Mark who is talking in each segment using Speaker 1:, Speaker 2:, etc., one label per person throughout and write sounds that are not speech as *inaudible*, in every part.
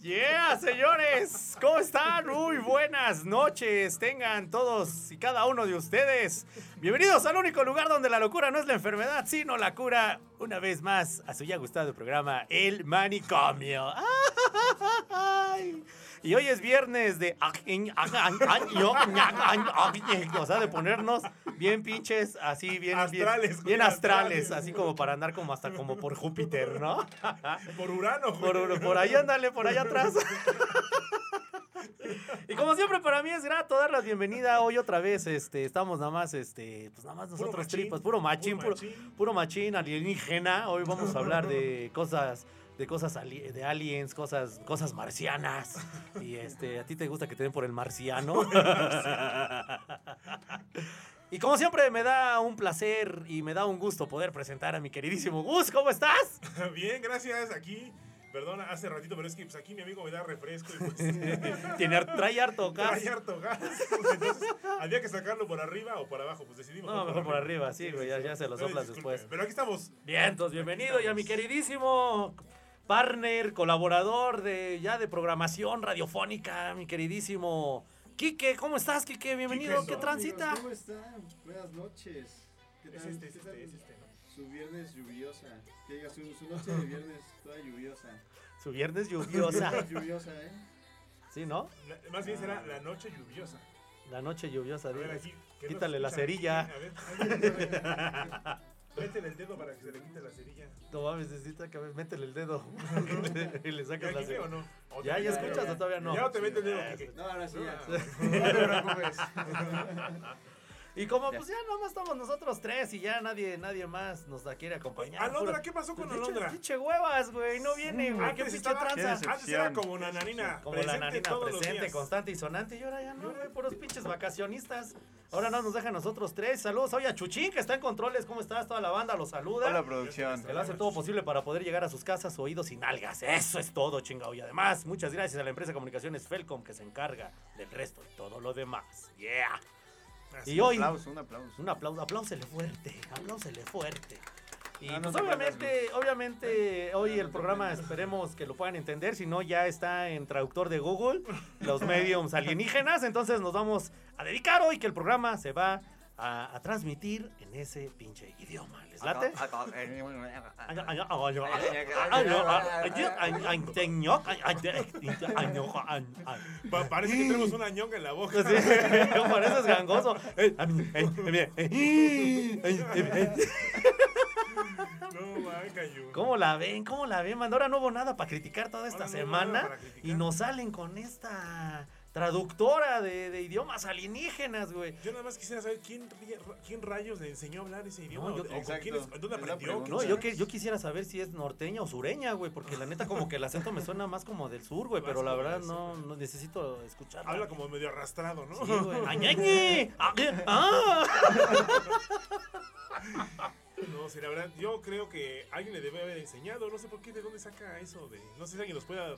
Speaker 1: Yeah, señores, ¿cómo están? Muy buenas noches, tengan todos y cada uno de ustedes. Bienvenidos al único lugar donde la locura no es la enfermedad, sino la cura. Una vez más, a su ya gustado programa, El Manicomio. *laughs* ¡Ay! Y hoy es viernes de... O sea, de ponernos bien pinches, así, bien...
Speaker 2: Astrales,
Speaker 1: bien, bien
Speaker 2: güey,
Speaker 1: astrales,
Speaker 2: astrales.
Speaker 1: así como para andar como hasta como por Júpiter, ¿no? *laughs*
Speaker 2: Por Urano, güey.
Speaker 1: Por, por ahí ándale, por ahí atrás. *laughs* Y como siempre, para mí es grato dar la bienvenida hoy otra vez. Este, estamos nada más, este, pues nada más
Speaker 2: Puro
Speaker 1: nosotros
Speaker 2: machín,
Speaker 1: tripas, puro machín,
Speaker 2: puro
Speaker 1: puro,
Speaker 2: machín.
Speaker 1: puro machín, alienígena. Hoy vamos a hablar
Speaker 2: *laughs*
Speaker 1: de cosas, de cosas ali- de aliens, cosas, cosas marcianas. Y este, a ti te gusta que te den por el
Speaker 2: *laughs*
Speaker 1: marciano. Y como siempre, me da un placer y me da un gusto poder presentar a mi queridísimo Gus. ¿Cómo estás?
Speaker 2: *laughs* Bien, gracias. Aquí, perdón, hace ratito, pero es que pues, aquí mi amigo me da refresco y pues.
Speaker 1: *laughs* Tiene, har- trae harto gas.
Speaker 2: trae harto gas. Pues, entonces, había que sacarlo por arriba o por abajo, pues decidimos.
Speaker 1: No, mejor por arriba, sí, güey, ya- ya se lo
Speaker 2: Ustedes
Speaker 1: soplas
Speaker 2: disculpen,
Speaker 1: después.
Speaker 2: Pero aquí estamos.
Speaker 1: Bien, entonces bienvenido y a mi queridísimo partner, colaborador de ya de programación radiofónica, mi queridísimo Quique, ¿cómo estás, Quique? Bienvenido,
Speaker 2: Quique,
Speaker 1: ¿qué
Speaker 2: no,
Speaker 1: transita?
Speaker 3: Amigos, ¿Cómo están? Buenas noches. ¿Qué
Speaker 2: Es
Speaker 3: tal?
Speaker 2: este, es
Speaker 3: ¿Qué tal
Speaker 2: este, es este, ¿no?
Speaker 3: Su viernes lluviosa. Que diga, su, su noche de viernes toda lluviosa.
Speaker 1: Su viernes
Speaker 2: *laughs*
Speaker 1: lluviosa.
Speaker 3: lluviosa, ¿eh?
Speaker 1: Sí, ¿no?
Speaker 2: La- más bien será la noche lluviosa.
Speaker 1: La noche lluviosa,
Speaker 2: A ver,
Speaker 1: dile.
Speaker 2: aquí. que no
Speaker 1: Quítale la
Speaker 2: escuchan.
Speaker 1: cerilla.
Speaker 2: A ver, ahí- métele el dedo para que se le quite la cerilla.
Speaker 1: No mames, necesita que métele el
Speaker 2: *laughs*
Speaker 1: dedo *laughs* y le
Speaker 2: ¿Ya
Speaker 1: sacas la
Speaker 2: aquí sí o
Speaker 1: cerilla.
Speaker 2: no? ¿O
Speaker 1: ¿Ya,
Speaker 2: te-
Speaker 1: ya
Speaker 3: Ya,
Speaker 1: escuchas
Speaker 3: ya.
Speaker 1: o todavía no?
Speaker 2: Ya no te mete el dedo,
Speaker 3: Ah,
Speaker 2: Kike.
Speaker 3: No, ahora sí, ya.
Speaker 2: Ah.
Speaker 3: No te preocupes.
Speaker 1: Y como pues ya nomás estamos nosotros tres y ya nadie nadie más nos la quiere acompañar.
Speaker 2: Alondra,
Speaker 1: puro-
Speaker 2: ¿qué pasó con
Speaker 1: Pinche-
Speaker 2: Alondra?
Speaker 1: Pinche huevas, güey, no viene, güey. Qué
Speaker 2: Antes
Speaker 1: pinche
Speaker 2: estaba,
Speaker 1: tranza.
Speaker 2: antes era como una nanina.
Speaker 1: Como la nanina
Speaker 2: todos los
Speaker 1: presente,
Speaker 2: días.
Speaker 1: constante y sonante. Y ahora ya no, güey, puros pinches vacacionistas. Ahora no nos dejan a nosotros tres. Saludos hoy a Chuchín, que está en controles. ¿Cómo estás? Toda la banda los saluda.
Speaker 4: Hola, producción.
Speaker 1: Él hace todo posible para poder llegar a sus casas, oídos y nalgas. Eso es todo, chingado. Y además, muchas gracias a la empresa de comunicaciones Felcom, que se encarga del resto y todo lo demás. Yeah.
Speaker 2: Así
Speaker 1: Y hoy,
Speaker 4: Un aplauso, un aplauso.
Speaker 1: un aplauso, apláusele fuerte, apláusele fuerte. Y
Speaker 4: Ah, no
Speaker 1: pues
Speaker 4: te
Speaker 1: obviamente, obviamente hoy
Speaker 3: no
Speaker 1: el
Speaker 3: te
Speaker 1: programa
Speaker 3: prendas.
Speaker 1: esperemos que lo puedan entender, si no ya está en traductor de Google, los mediums alienígenas, entonces nos vamos a dedicar hoy que el programa se va a, a transmitir en ese pinche idioma. ¿Les late?
Speaker 4: eh.
Speaker 2: Pa- parece que tenemos una ñonga en
Speaker 1: *laughs*
Speaker 2: la boca.
Speaker 1: Sí, por eso es gangoso. Eh,
Speaker 2: No, va, cayó.
Speaker 1: ¿Cómo la ven? ¿Cómo la ven, banda? Ahora no hubo nada para criticar toda esta
Speaker 2: Ahora no hubo nada
Speaker 1: semana
Speaker 2: para criticar.
Speaker 1: y nos salen con esta traductora de, de idiomas alienígenas, güey.
Speaker 2: Yo nada más quisiera saber quién, ri- quién rayos le enseñó a hablar ese idioma.
Speaker 1: yo-
Speaker 2: o- o con
Speaker 4: exacto.
Speaker 2: quién es- ¿Dónde
Speaker 4: Es la
Speaker 2: aprendió?
Speaker 4: pregunta.
Speaker 1: No, yo, que, yo quisiera saber si es norteña o sureña, güey, porque la neta como que el acento me suena más como del sur,
Speaker 2: *laughs*
Speaker 1: güey, pero la verdad no, no necesito escucharla.
Speaker 2: Habla como medio arrastrado, ¿no?
Speaker 1: Sí, güey. ¡Añañe! ¡Ah! ¡Ah!
Speaker 2: *laughs* No, sí, la verdad, yo creo que alguien le debe haber enseñado. No sé por qué, de dónde saca eso. De, no sé si alguien nos pueda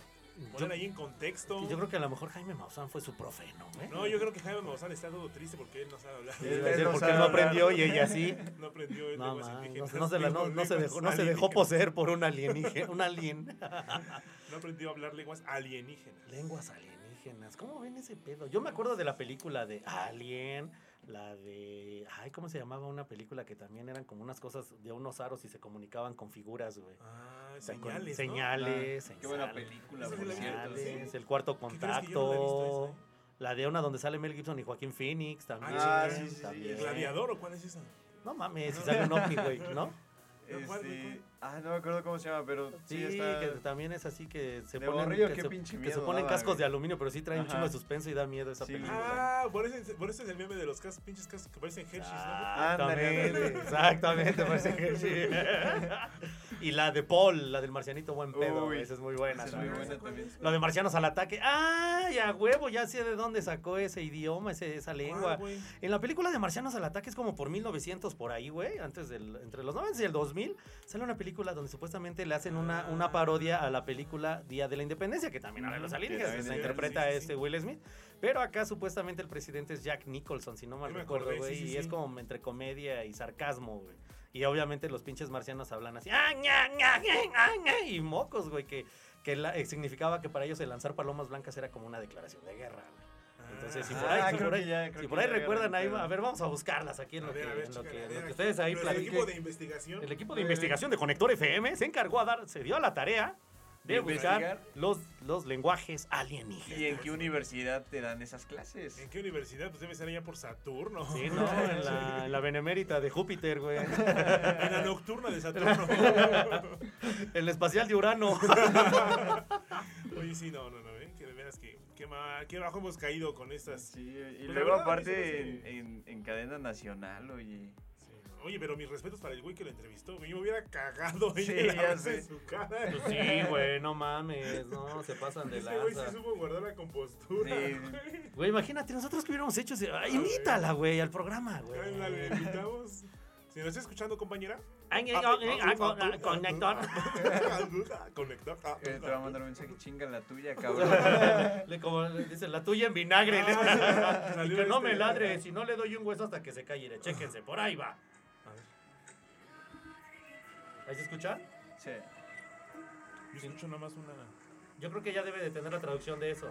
Speaker 2: poner
Speaker 1: Yo-
Speaker 2: ahí en contexto.
Speaker 1: Yo creo que a lo mejor Jaime Maussan fue su profe, ¿no? güey?
Speaker 2: No, yo creo que Jaime Maussan está todo triste porque él no sabe hablar.
Speaker 1: Sí, iba a decir,
Speaker 4: no
Speaker 1: porque
Speaker 4: sabe
Speaker 1: él no
Speaker 4: hablar.
Speaker 1: aprendió y ella sí.
Speaker 2: No aprendió él
Speaker 1: No,
Speaker 2: lenguas
Speaker 1: ma, no,
Speaker 2: indígenas,
Speaker 1: no se, la- no-
Speaker 2: digo,
Speaker 1: no se
Speaker 2: lenguas
Speaker 1: dejó, no se dejó
Speaker 2: alienígenas.
Speaker 1: poseer por un alienígena, un alien. *laughs*
Speaker 2: No aprendió a hablar lenguas alienígenas.
Speaker 1: Lenguas alienígenas. ¿Cómo ven ese pedo? Yo me acuerdo de la película de Alien, la de. Ay, ¿cómo se llamaba una película que también eran como unas cosas de unos aros y se comunicaban con figuras, güey?
Speaker 2: Ah,
Speaker 1: O sea, con
Speaker 2: señales. ¿no?
Speaker 1: Señales,
Speaker 4: Qué buena
Speaker 1: señales,
Speaker 4: película,
Speaker 2: Esa
Speaker 4: por
Speaker 2: es la
Speaker 4: cierto. Este,
Speaker 2: verdad,
Speaker 1: señales,
Speaker 2: sí.
Speaker 1: el cuarto
Speaker 2: ¿Qué crees que yo no la he visto eh?
Speaker 1: contacto. La de una donde sale Mel Gibson y Joaquín Phoenix también.
Speaker 2: Ah,
Speaker 4: sí, sí, sí, sí.
Speaker 2: esa?
Speaker 1: también.
Speaker 2: ¿El gladiador o cuál es esa?
Speaker 1: No mames, si sale un ovni, güey, ¿no?
Speaker 2: ¿Cuál, güey,
Speaker 4: Este, Ah, no me acuerdo cómo se llama, pero sí,
Speaker 1: Sí,
Speaker 4: está.
Speaker 1: que también es así que se
Speaker 4: De
Speaker 1: ponen,
Speaker 4: borrillo,
Speaker 1: que
Speaker 4: qué
Speaker 1: se,
Speaker 4: pinche
Speaker 1: que se
Speaker 4: miedo
Speaker 1: ponen
Speaker 4: daba,
Speaker 1: cascos
Speaker 4: güey.
Speaker 1: de aluminio, pero sí traen un
Speaker 4: Ajá.
Speaker 1: chingo de suspenso y da miedo esa
Speaker 4: Sí.
Speaker 1: película.
Speaker 2: Ah, por eso, por eso es el meme de los cas- pinches cascos que parecen Hershey's,
Speaker 1: Ah,
Speaker 2: ¿no?
Speaker 4: Ándale,
Speaker 1: Exactamente,
Speaker 4: ándale.
Speaker 1: exactamente, parece que sí.
Speaker 4: *laughs*
Speaker 1: Y la de Paul, la del marcianito buen pedo,
Speaker 4: Uy,
Speaker 1: esa es muy buena.
Speaker 4: esa es
Speaker 1: también.
Speaker 4: muy buena
Speaker 5: ¿Cuál
Speaker 4: también.
Speaker 5: es?
Speaker 1: Lo de marcianos al ataque. ¡Ah! Ya huevo, ya sé de dónde sacó ese idioma, ese- esa
Speaker 2: ¿Cuál,
Speaker 1: lengua.
Speaker 2: güey?
Speaker 1: En la película de Marcianos al Ataque es como por 1900 por ahí, güey. Antes del. Entre los 90 y el 2000 sale una película donde supuestamente le hacen
Speaker 2: Ah.
Speaker 1: una, una parodia a la película Día de la Independencia, que también habla de los
Speaker 4: Ujú, que
Speaker 1: alienígenas.
Speaker 4: también
Speaker 1: Se
Speaker 4: es-
Speaker 1: interpreta
Speaker 2: sí, sí,
Speaker 1: este Will Smith. Pero acá supuestamente el presidente es Jack Nicholson, si no mal
Speaker 2: Ya me
Speaker 1: recuerdo,
Speaker 2: acordé,
Speaker 1: güey.
Speaker 2: sí, sí,
Speaker 1: y
Speaker 2: sí.
Speaker 1: es como entre comedia y sarcasmo, güey. Y obviamente los pinches marcianos hablan así. "Ah, ña, ña, ña, ña, ña", Y mocos, güey, que, que la- eh, significaba que para ellos el lanzar palomas blancas era como una declaración de guerra, güey. Entonces, si por ahí,
Speaker 4: Ah,
Speaker 1: si
Speaker 4: creo
Speaker 1: por
Speaker 4: que
Speaker 1: ahí,
Speaker 4: ya, creo
Speaker 1: si
Speaker 4: que
Speaker 1: por ahí
Speaker 4: ya
Speaker 1: recuerdan,
Speaker 4: agarré
Speaker 1: ahí,
Speaker 4: el pedo.
Speaker 1: a ver, vamos a buscarlas aquí en
Speaker 2: A
Speaker 1: lo que,
Speaker 2: ver, a ver,
Speaker 1: en lo
Speaker 2: chécale,
Speaker 1: que-
Speaker 2: a
Speaker 1: en lo
Speaker 2: ver,
Speaker 1: que
Speaker 2: aquí.
Speaker 1: ustedes ahí
Speaker 2: Pero El equipo de
Speaker 1: platiquen.
Speaker 2: investigación.
Speaker 1: El equipo de investigación de Conector FM se encargó a dar, se dio a la tarea de
Speaker 4: ¿De
Speaker 1: buscar
Speaker 4: investigar?
Speaker 1: los, los lenguajes alienígenas.
Speaker 4: ¿Y en qué universidad te dan esas clases?
Speaker 2: ¿En qué universidad? Pues debe ser allá por Saturno. *laughs*
Speaker 1: Sí, no, en la, en la benemérita de Júpiter, güey.
Speaker 2: En la nocturna de
Speaker 1: *laughs*
Speaker 2: Saturno.
Speaker 1: En la espacial de Urano.
Speaker 2: Oye, sí, no, no, no, ¿eh? Que de veras que, que, ma- que bajo hemos caído con estas.
Speaker 4: Sí, y
Speaker 2: Pues la
Speaker 4: luego
Speaker 2: verdad, a mí se
Speaker 4: aparte
Speaker 2: me
Speaker 4: en,
Speaker 2: hace-
Speaker 4: en- en cadena nacional, oye.
Speaker 2: Sí. Oye, pero mis respetos para el güey que lo entrevistó. güey. Yo me hubiera cagado ahí
Speaker 4: Sí,
Speaker 2: en la
Speaker 4: ya
Speaker 2: mesa
Speaker 4: sé.
Speaker 2: en
Speaker 4: Pues,
Speaker 2: su cara.
Speaker 1: Sí, güey, no mames, no, se pasan *laughs* de
Speaker 2: Ese güey
Speaker 1: lanza.
Speaker 2: se supo guardar la
Speaker 4: *laughs*
Speaker 2: compostura.
Speaker 4: Sí.
Speaker 2: güey.
Speaker 1: Güey, imagínate, nosotros que hubiéramos hecho, ese- ay, invítala, güey, al programa, güey.
Speaker 2: Ay, la le invitamos. Si nos está escuchando, compañera. Ah,
Speaker 1: Ay, ay, ay, ay, ah, con- ay, Conector.
Speaker 2: Conector.
Speaker 4: Que te va a mandar un mensaje, chinga la tuya, cabrón. *laughs*
Speaker 1: Le- como le dicen, la tuya en vinagre. le-
Speaker 2: Ah,
Speaker 1: y
Speaker 2: salió
Speaker 1: que no
Speaker 2: este-
Speaker 1: me ladre, si no le doy un hueso hasta que se calle. Chéquense, por ahí va. ¿Ahí se escucha?
Speaker 4: Sí.
Speaker 2: Yo escucho nada más una.
Speaker 1: Yo creo que ya debe de tener la traducción de eso.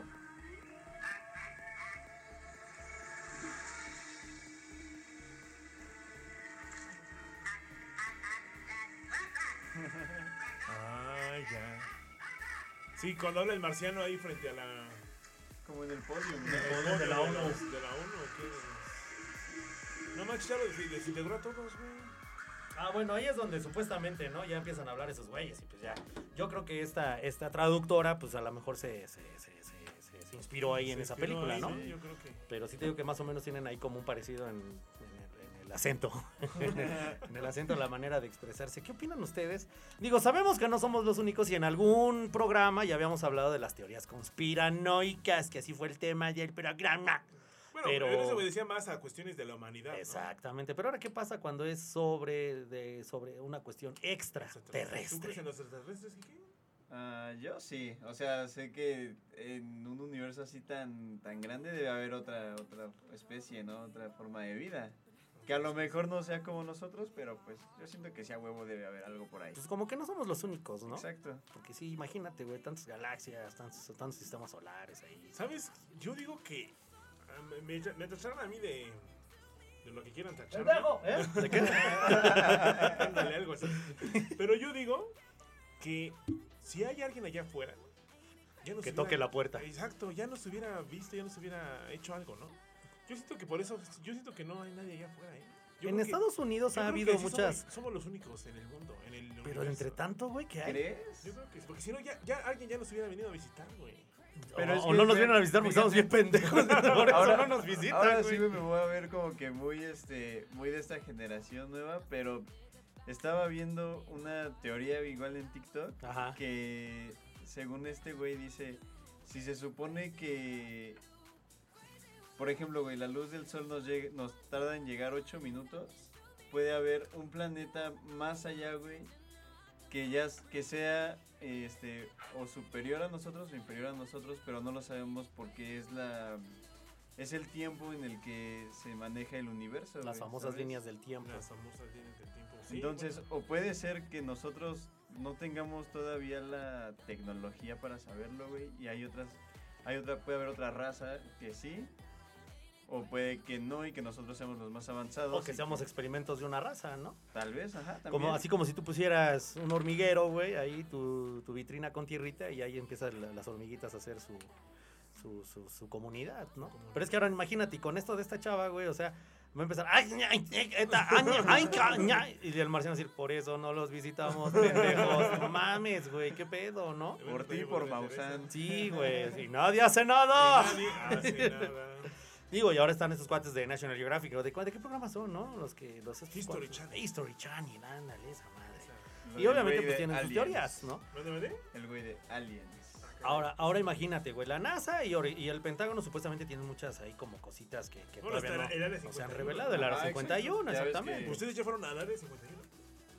Speaker 2: Ah, ya. Sí, cuando habla el marciano ahí frente a la.
Speaker 4: Como en el podio,
Speaker 1: podio.
Speaker 4: ¿no?
Speaker 1: de la ONU.
Speaker 2: De la ONU, ¿qué? No manches, ya lo des- desintegró a todos, güey.
Speaker 1: Ah, bueno, ahí es donde supuestamente, ¿no? Ya empiezan a hablar esos güeyes y pues ya. Yo creo que esta, esta traductora, pues a lo mejor se, se, se- se- se- se inspiró ahí en
Speaker 2: Se
Speaker 1: esa
Speaker 2: inspiró
Speaker 1: película,
Speaker 2: ahí,
Speaker 1: ¿no?
Speaker 2: Yo creo que.
Speaker 1: Pero sí te digo que más o menos tienen ahí como un parecido en, en el, en el acento. *laughs* en, el, en el acento, la manera de expresarse. ¿Qué opinan ustedes? Digo, sabemos que no somos los únicos y en algún programa ya habíamos hablado de las teorías conspiranoicas, que así fue el tema del programa.
Speaker 2: Bueno,
Speaker 1: Pero-
Speaker 2: pero, eso obedecía más a cuestiones de la humanidad. ¿no?
Speaker 1: Exactamente. Pero ahora, ¿qué pasa cuando es sobre, de, sobre una cuestión
Speaker 2: ¿Tú crees en
Speaker 1: extraterrestre?
Speaker 2: los extraterrestres, Kike?
Speaker 4: Ah, yo sí. O sea, sé que en un universo así tan, tan grande debe haber otra, otra especie, ¿no? Otra forma de vida. Que a lo mejor no sea como nosotros, pero pues yo siento que sea huevo debe haber algo por ahí.
Speaker 1: Pues como que no somos los únicos, ¿no?
Speaker 4: Exacto.
Speaker 1: Porque sí, imagínate, güey, tantas galaxias, tantos, tantos sistemas solares ahí.
Speaker 2: ¿Sabes? Yo digo que. ah, me- Me, me tacharon a mí de. De lo que quieran tachar.
Speaker 1: ¿Eh? ¿De *laughs* qué?
Speaker 2: Ándale, algo así. Pero yo digo que si hay alguien allá afuera, ya nos
Speaker 1: Que
Speaker 2: hubiera-
Speaker 1: toque la puerta.
Speaker 2: Exacto, ya nos hubiera visto, ya nos hubiera hecho algo, ¿no? Yo siento que por eso, yo siento que no hay nadie allá afuera, ¿eh? Yo
Speaker 1: en
Speaker 2: creo que-
Speaker 1: Estados Unidos
Speaker 2: yo
Speaker 1: ha
Speaker 2: creo
Speaker 1: habido
Speaker 2: que sí
Speaker 1: muchas.
Speaker 2: Somos, somos los únicos en el mundo, en el
Speaker 1: pero
Speaker 2: universo.
Speaker 1: entre tanto, güey, que hay.
Speaker 4: ¿Crees?
Speaker 2: Yo creo que sí, porque si no, ya, ya alguien ya nos hubiera venido a visitar, güey.
Speaker 4: Pero
Speaker 1: o,
Speaker 4: es
Speaker 1: o
Speaker 4: que,
Speaker 1: no nos
Speaker 4: fíjate-
Speaker 1: vienen a visitar porque estamos bien pendejos. Por eso
Speaker 4: *laughs* Ahora-
Speaker 1: no nos visitan,
Speaker 4: Ahora
Speaker 1: güey.
Speaker 4: sí me voy a ver como que muy este muy de esta generación nueva, pero estaba viendo una teoría igual en TikTok
Speaker 1: Ajá.
Speaker 4: que según este güey dice, si se supone que por ejemplo, güey, la luz del sol nos llega- nos tarda en llegar 8 minutos, puede haber un planeta más allá, güey, que ya s- que sea este o superior a nosotros o inferior a nosotros, pero no lo sabemos porque es la es el tiempo en el que se maneja el universo.
Speaker 1: Las
Speaker 4: güey,
Speaker 1: famosas
Speaker 4: ¿sabes?
Speaker 1: líneas del tiempo.
Speaker 2: Las famosas líneas del este tiempo. Sí,
Speaker 4: Entonces,
Speaker 2: bueno.
Speaker 4: o puede ser que nosotros no tengamos todavía la tecnología para saberlo, güey, y hay otras hay otra puede haber otra raza que sí o puede que no y que nosotros seamos los más avanzados.
Speaker 1: O que
Speaker 4: y-
Speaker 1: seamos experimentos de una raza, ¿no?
Speaker 4: tal vez, ajá, también.
Speaker 1: Como, así como si tú pusieras un hormiguero, güey, ahí tu, tu vitrina con tierrita y ahí empiezan la- las hormiguitas a hacer su, su, su- su comunidad, ¿no? Pero es que ahora imagínate, y con esto de esta chava, güey, o sea, Va a empezar. "Ay, ña, ña, eta, ay, ña,
Speaker 4: *laughs*
Speaker 1: ay, ca, ña", Y el marciano va a decir, por eso no los visitamos, pendejos. No mames, güey, qué pedo, ¿no?
Speaker 4: Por ti, por Maussan.
Speaker 1: Sí, güey. Si nadie hace nada.
Speaker 2: Nadie hace nada.
Speaker 1: Digo, y ahora están estos cuates de National Geographic. ¿o ¿De, cuál- de qué programa son, no? Los que. Los estos
Speaker 2: History
Speaker 1: cuates.
Speaker 2: Channel.
Speaker 1: History Channel, ándale, esa madre.
Speaker 4: Lo
Speaker 1: Y
Speaker 4: del
Speaker 1: obviamente,
Speaker 4: güey
Speaker 1: pues
Speaker 4: de
Speaker 1: tienen sus
Speaker 4: Aliens.
Speaker 1: teorías, ¿no?
Speaker 2: ¿Mande, mande?
Speaker 4: El güey de Aliens.
Speaker 1: Ahora, ahora imagínate, güey, la NASA y, ori- y el Pentágono supuestamente tienen muchas ahí como cositas que, que
Speaker 2: Bueno,
Speaker 1: todavía
Speaker 2: está el- el
Speaker 1: no, no
Speaker 2: área
Speaker 1: se han
Speaker 2: 51.
Speaker 1: revelado. El Área
Speaker 4: Ah,
Speaker 1: 51,
Speaker 4: exacto. Ya ves
Speaker 1: exactamente.
Speaker 4: que-
Speaker 2: ¿Ustedes ya fueron a Área 51?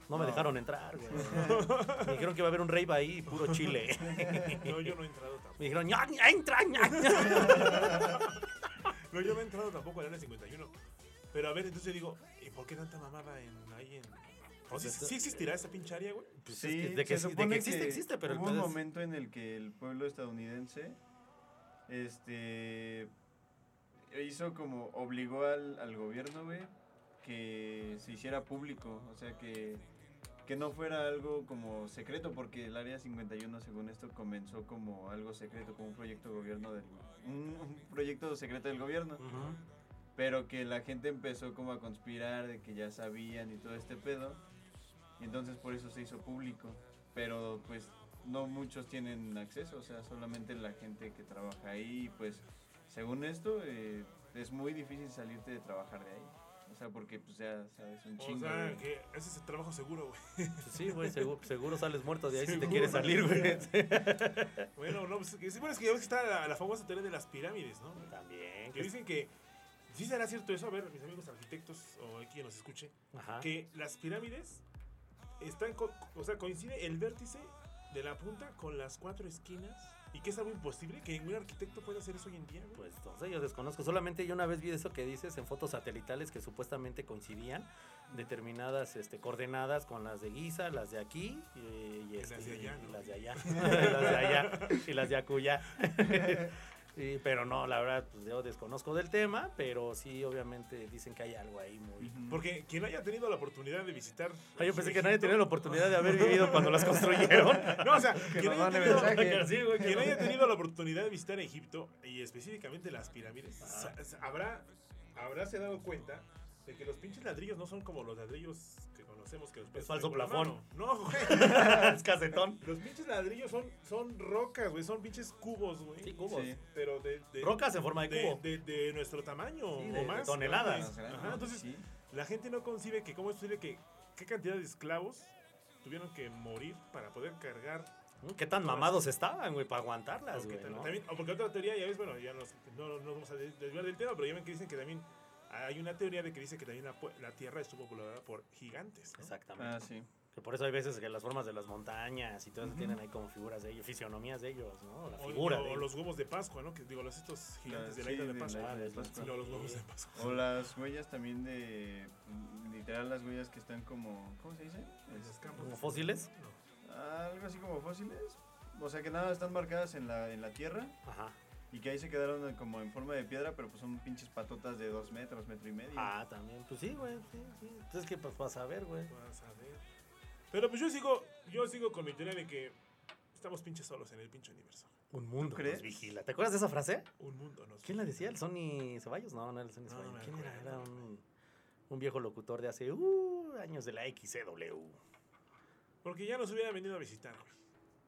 Speaker 1: *laughs* No me
Speaker 4: No.
Speaker 1: dejaron entrar, güey.
Speaker 4: *laughs*
Speaker 1: Me dijeron que iba a haber un rave ahí, puro chile.
Speaker 2: No, yo no he entrado tampoco.
Speaker 1: Me dijeron, "Ña, ña, entra, ña, ña".
Speaker 2: No, yo no he entrado tampoco al área 51. Pero a ver, entonces yo digo, ¿y por qué tanta mamada en, ahí en.? O sea, ¿sí, sí existirá esa pinche área, güey?
Speaker 1: Pues es
Speaker 4: Sí,
Speaker 1: que- de que, sí-
Speaker 4: se
Speaker 1: de que
Speaker 4: supone
Speaker 1: existe, existe, pero el
Speaker 4: hubo un
Speaker 1: pedo es-
Speaker 4: momento en el que el pueblo estadounidense este hizo como obligó al, al gobierno, güey, que se hiciera público, o sea que que no fuera algo como secreto porque el área 51 según esto comenzó como algo secreto, como un proyecto gobierno del un, un proyecto secreto del gobierno,
Speaker 1: Ujú.
Speaker 4: pero que la gente empezó como a conspirar de que ya sabían y todo este pedo. Y entonces por eso se hizo público. Pero pues no muchos tienen acceso, o sea, solamente la gente que trabaja ahí. Y pues según esto, eh, es muy difícil salirte de trabajar de ahí. O sea, porque pues ya sabes, un
Speaker 2: O
Speaker 4: chingo.
Speaker 2: sea,
Speaker 4: güey.
Speaker 2: que ese es el trabajo seguro, güey.
Speaker 1: Pues Sí, güey, seguro, seguro sales muerto de ahí si te
Speaker 2: Seguro.
Speaker 1: quieres salir, güey.
Speaker 2: Bueno, no, pues es que, sí, bueno, es que ya ves que está la, la famosa teoría de las pirámides, ¿no?
Speaker 1: También.
Speaker 2: Que dicen que. Sí será cierto eso, a ver, mis amigos arquitectos o aquí quien nos escuche,
Speaker 1: Ajá.
Speaker 2: que las pirámides están, co- o sea, coincide el vértice de la punta con las cuatro esquinas y que es algo imposible que ningún arquitecto pueda hacer eso hoy en día. güey.
Speaker 1: Pues no sé, yo desconozco. Solamente yo una vez vi eso que dices en fotos satelitales que supuestamente coincidían determinadas este, coordenadas con las de Guisa, las de aquí eh, y,
Speaker 2: las
Speaker 1: este,
Speaker 2: de
Speaker 1: y-
Speaker 2: allá,
Speaker 1: y
Speaker 2: ¿no?
Speaker 1: las de allá, *laughs* y las de allá y las de acullá. *laughs* Y- pero no, la verdad, pues, yo desconozco del tema, pero sí, obviamente dicen que hay algo ahí muy...
Speaker 4: Ujú.
Speaker 2: Porque quien haya tenido la oportunidad de visitar.
Speaker 1: Ah, yo pensé que nadie
Speaker 2: Egipto-
Speaker 1: tenía la oportunidad de haber vivido cuando
Speaker 2: *laughs*
Speaker 1: las construyeron.
Speaker 2: No, o sea,
Speaker 4: Que
Speaker 2: quien,
Speaker 4: nos
Speaker 2: haya
Speaker 4: mande
Speaker 2: tenido,
Speaker 4: mensaje.
Speaker 1: Sí,
Speaker 2: *laughs*
Speaker 1: güey, que
Speaker 2: quien
Speaker 1: no. *laughs*
Speaker 2: haya tenido la oportunidad de visitar Egipto y específicamente las pirámides, sa- sa- habrá, habráse dado cuenta de que los pinches ladrillos no son como los ladrillos que conocemos que los puedes
Speaker 1: falso
Speaker 2: poner con la
Speaker 1: plafón.
Speaker 2: mano.
Speaker 1: *laughs*
Speaker 2: No, güey.
Speaker 1: es casetón.
Speaker 2: Los pinches ladrillos son, son rocas, güey. Son pinches cubos, güey.
Speaker 1: Sí, cubos.
Speaker 4: Sí.
Speaker 2: Pero de, de-
Speaker 1: Rocas en forma de
Speaker 2: de,
Speaker 1: cubo.
Speaker 2: de- de nuestro tamaño
Speaker 1: Sí, de-
Speaker 2: o
Speaker 1: de
Speaker 2: más.
Speaker 1: toneladas.
Speaker 4: Más grande,
Speaker 2: Ajá,
Speaker 4: ¿no?
Speaker 2: entonces,
Speaker 4: Sí.
Speaker 2: La gente no concibe que cómo es posible que qué cantidad de esclavos tuvieron que morir para poder cargar.
Speaker 1: ¿Qué tan mamados estaban, güey, para aguantarlas,
Speaker 2: o qué
Speaker 1: güey?
Speaker 2: tal-
Speaker 1: ¿no?
Speaker 2: también- o porque otra teoría, ya ves, bueno, ya nos- no, no nos vamos a des- desviar del tema, pero ya ven que dicen que también hay una teoría de que dice que también la, pu- la Tierra estuvo poblada por gigantes. ¿no?
Speaker 1: Exactamente.
Speaker 4: Ah, sí.
Speaker 1: Que por eso hay veces que las formas de las montañas y todo eso tienen ahí como figuras de ellos, fisionomías de ellos, ¿no? La
Speaker 2: O,
Speaker 1: figura
Speaker 2: o-
Speaker 1: de
Speaker 2: o
Speaker 1: ellos.
Speaker 2: los huevos de Pascua, ¿no? Que digo, los estos gigantes
Speaker 4: Sí,
Speaker 2: de la isla de
Speaker 4: de
Speaker 2: Pascua.
Speaker 4: la isla de
Speaker 1: Ah,
Speaker 4: Pascua.
Speaker 2: No, los huevos de
Speaker 1: Sí.
Speaker 2: Pascua.
Speaker 4: O las huellas también de. Literal, las huellas que están como. ¿Cómo se dice?
Speaker 2: Los
Speaker 4: Este,
Speaker 2: campos
Speaker 1: ¿Como
Speaker 2: de-
Speaker 1: fósiles?
Speaker 2: No.
Speaker 4: algo así como fósiles. O sea que nada, están marcadas en la, en la tierra
Speaker 1: Ajá.
Speaker 4: y que ahí se quedaron como en forma de piedra, pero pues son pinches patotas de dos metros, metro y medio.
Speaker 1: Ah, también. Pues sí, güey. Sí, sí. Entonces, ¿qué pues, vas a ver, güey?
Speaker 2: Vas a ver. Pero pues yo sigo, yo sigo con mi teoría de que estamos pinches solos en el pinche universo.
Speaker 1: Un mundo
Speaker 4: crees?
Speaker 1: nos vigila. ¿Te acuerdas de esa frase?
Speaker 2: Un mundo nos.
Speaker 1: ¿Quién la decía? ¿El Sony Ceballos? No, no era el Sony
Speaker 2: No,
Speaker 1: Ceballos.
Speaker 2: no me
Speaker 1: ¿Quién era?
Speaker 2: acuerdo.
Speaker 1: Era un, un viejo locutor de hace uh, años de la XCW.
Speaker 2: Porque ya nos hubiera venido a visitar, güey.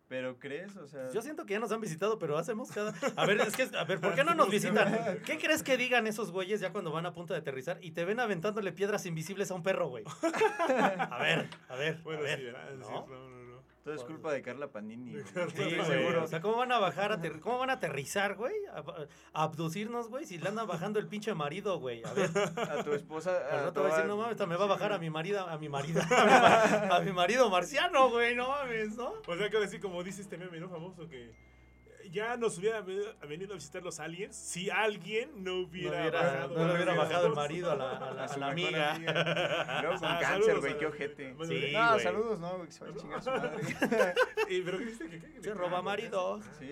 Speaker 4: Pero crees, o sea.
Speaker 1: Yo siento que ya nos han visitado, pero hacemos cada. A ver, es que, a ver, ¿por qué no nos visitan? ¿Qué crees que digan esos güeyes ya cuando van a punto de aterrizar y te ven aventándole piedras invisibles a un perro, güey? A ver, a ver.
Speaker 2: Bueno,
Speaker 1: a ver,
Speaker 2: sí, ¿verdad? Sí,
Speaker 1: ¿no?
Speaker 2: ¿no? no, no,
Speaker 4: Todo es culpa de Carla Panini.
Speaker 2: De
Speaker 4: güey.
Speaker 2: Carla
Speaker 1: Sí,
Speaker 2: Panini.
Speaker 1: güey,
Speaker 2: seguro.
Speaker 1: O sea, ¿cómo van a bajar, a aterri- cómo van a aterrizar, güey? A, a abducirnos, güey, si le andan bajando el pinche marido, güey. A ver,
Speaker 4: A tu esposa.
Speaker 1: al rato va
Speaker 4: toda-
Speaker 1: a decir, Pues no mames, hasta me va a bajar a mi marido, a mi marido, *laughs* a mi, mar- a mi marido marciano, güey, no mames, ¿no?
Speaker 2: O sea, que ahora sí, como dice este meme, ¿no? Famoso que. eh, Ya nos hubiera venido a venido a visitar los aliens si alguien pues, no
Speaker 1: No,
Speaker 2: hubiera
Speaker 1: hubiera-
Speaker 2: bajado.
Speaker 1: no le hubiera
Speaker 2: Ajá,
Speaker 1: bajado el
Speaker 2: saludos.
Speaker 1: marido a la, a la-
Speaker 4: A
Speaker 1: a
Speaker 4: su
Speaker 1: la
Speaker 4: mejor
Speaker 1: amiga.
Speaker 4: amiga. Luego con
Speaker 2: Ah,
Speaker 4: cáncer,
Speaker 2: saludos
Speaker 4: güey,
Speaker 2: a
Speaker 4: qué
Speaker 2: la-
Speaker 4: ojete.
Speaker 2: Bueno,
Speaker 1: Sí,
Speaker 4: no,
Speaker 1: güey.
Speaker 4: saludos, no, güey, que se vaya a chingar a su madre.
Speaker 2: *laughs*
Speaker 4: *laughs*
Speaker 2: Eh, pero ¿qué viste? Que- que- que-
Speaker 1: Se roba marido.
Speaker 4: Sí.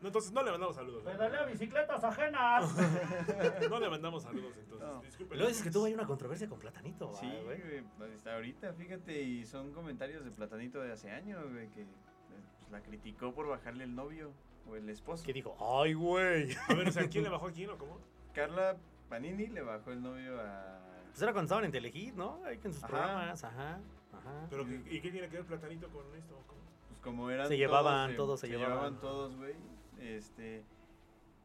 Speaker 2: No, entonces no le mandamos saludos. ¿eh?
Speaker 1: a bicicletas ajenas.
Speaker 2: *laughs* No le mandamos saludos, entonces.
Speaker 4: No.
Speaker 2: Disculpen.
Speaker 1: Luego dices que tuvo ahí una controversia con Platanito,
Speaker 4: Sí,
Speaker 1: ah, güey.
Speaker 4: güey, pues, hasta ahorita, fíjate, y son comentarios de Platanito de hace años, güey, que eh, pues, la criticó por bajarle el novio o el esposo.
Speaker 1: Que dijo, ay, güey.
Speaker 2: *laughs* A ver, o sea, ¿quién le bajó a quién o cómo?
Speaker 4: Carla Panini le bajó el novio a.
Speaker 1: Pues era cuando estaban en Telehit, ¿no? Ahí con sus
Speaker 4: Ajá.
Speaker 1: programas, ajá. Ajá.
Speaker 2: Pero, ¿qué- ¿Y qué tiene que ver Platanito con esto? ¿Cómo?
Speaker 4: Pues como eran.
Speaker 1: Se llevaban,
Speaker 4: eh,
Speaker 1: todos se llevaban.
Speaker 4: todos, güey. Este.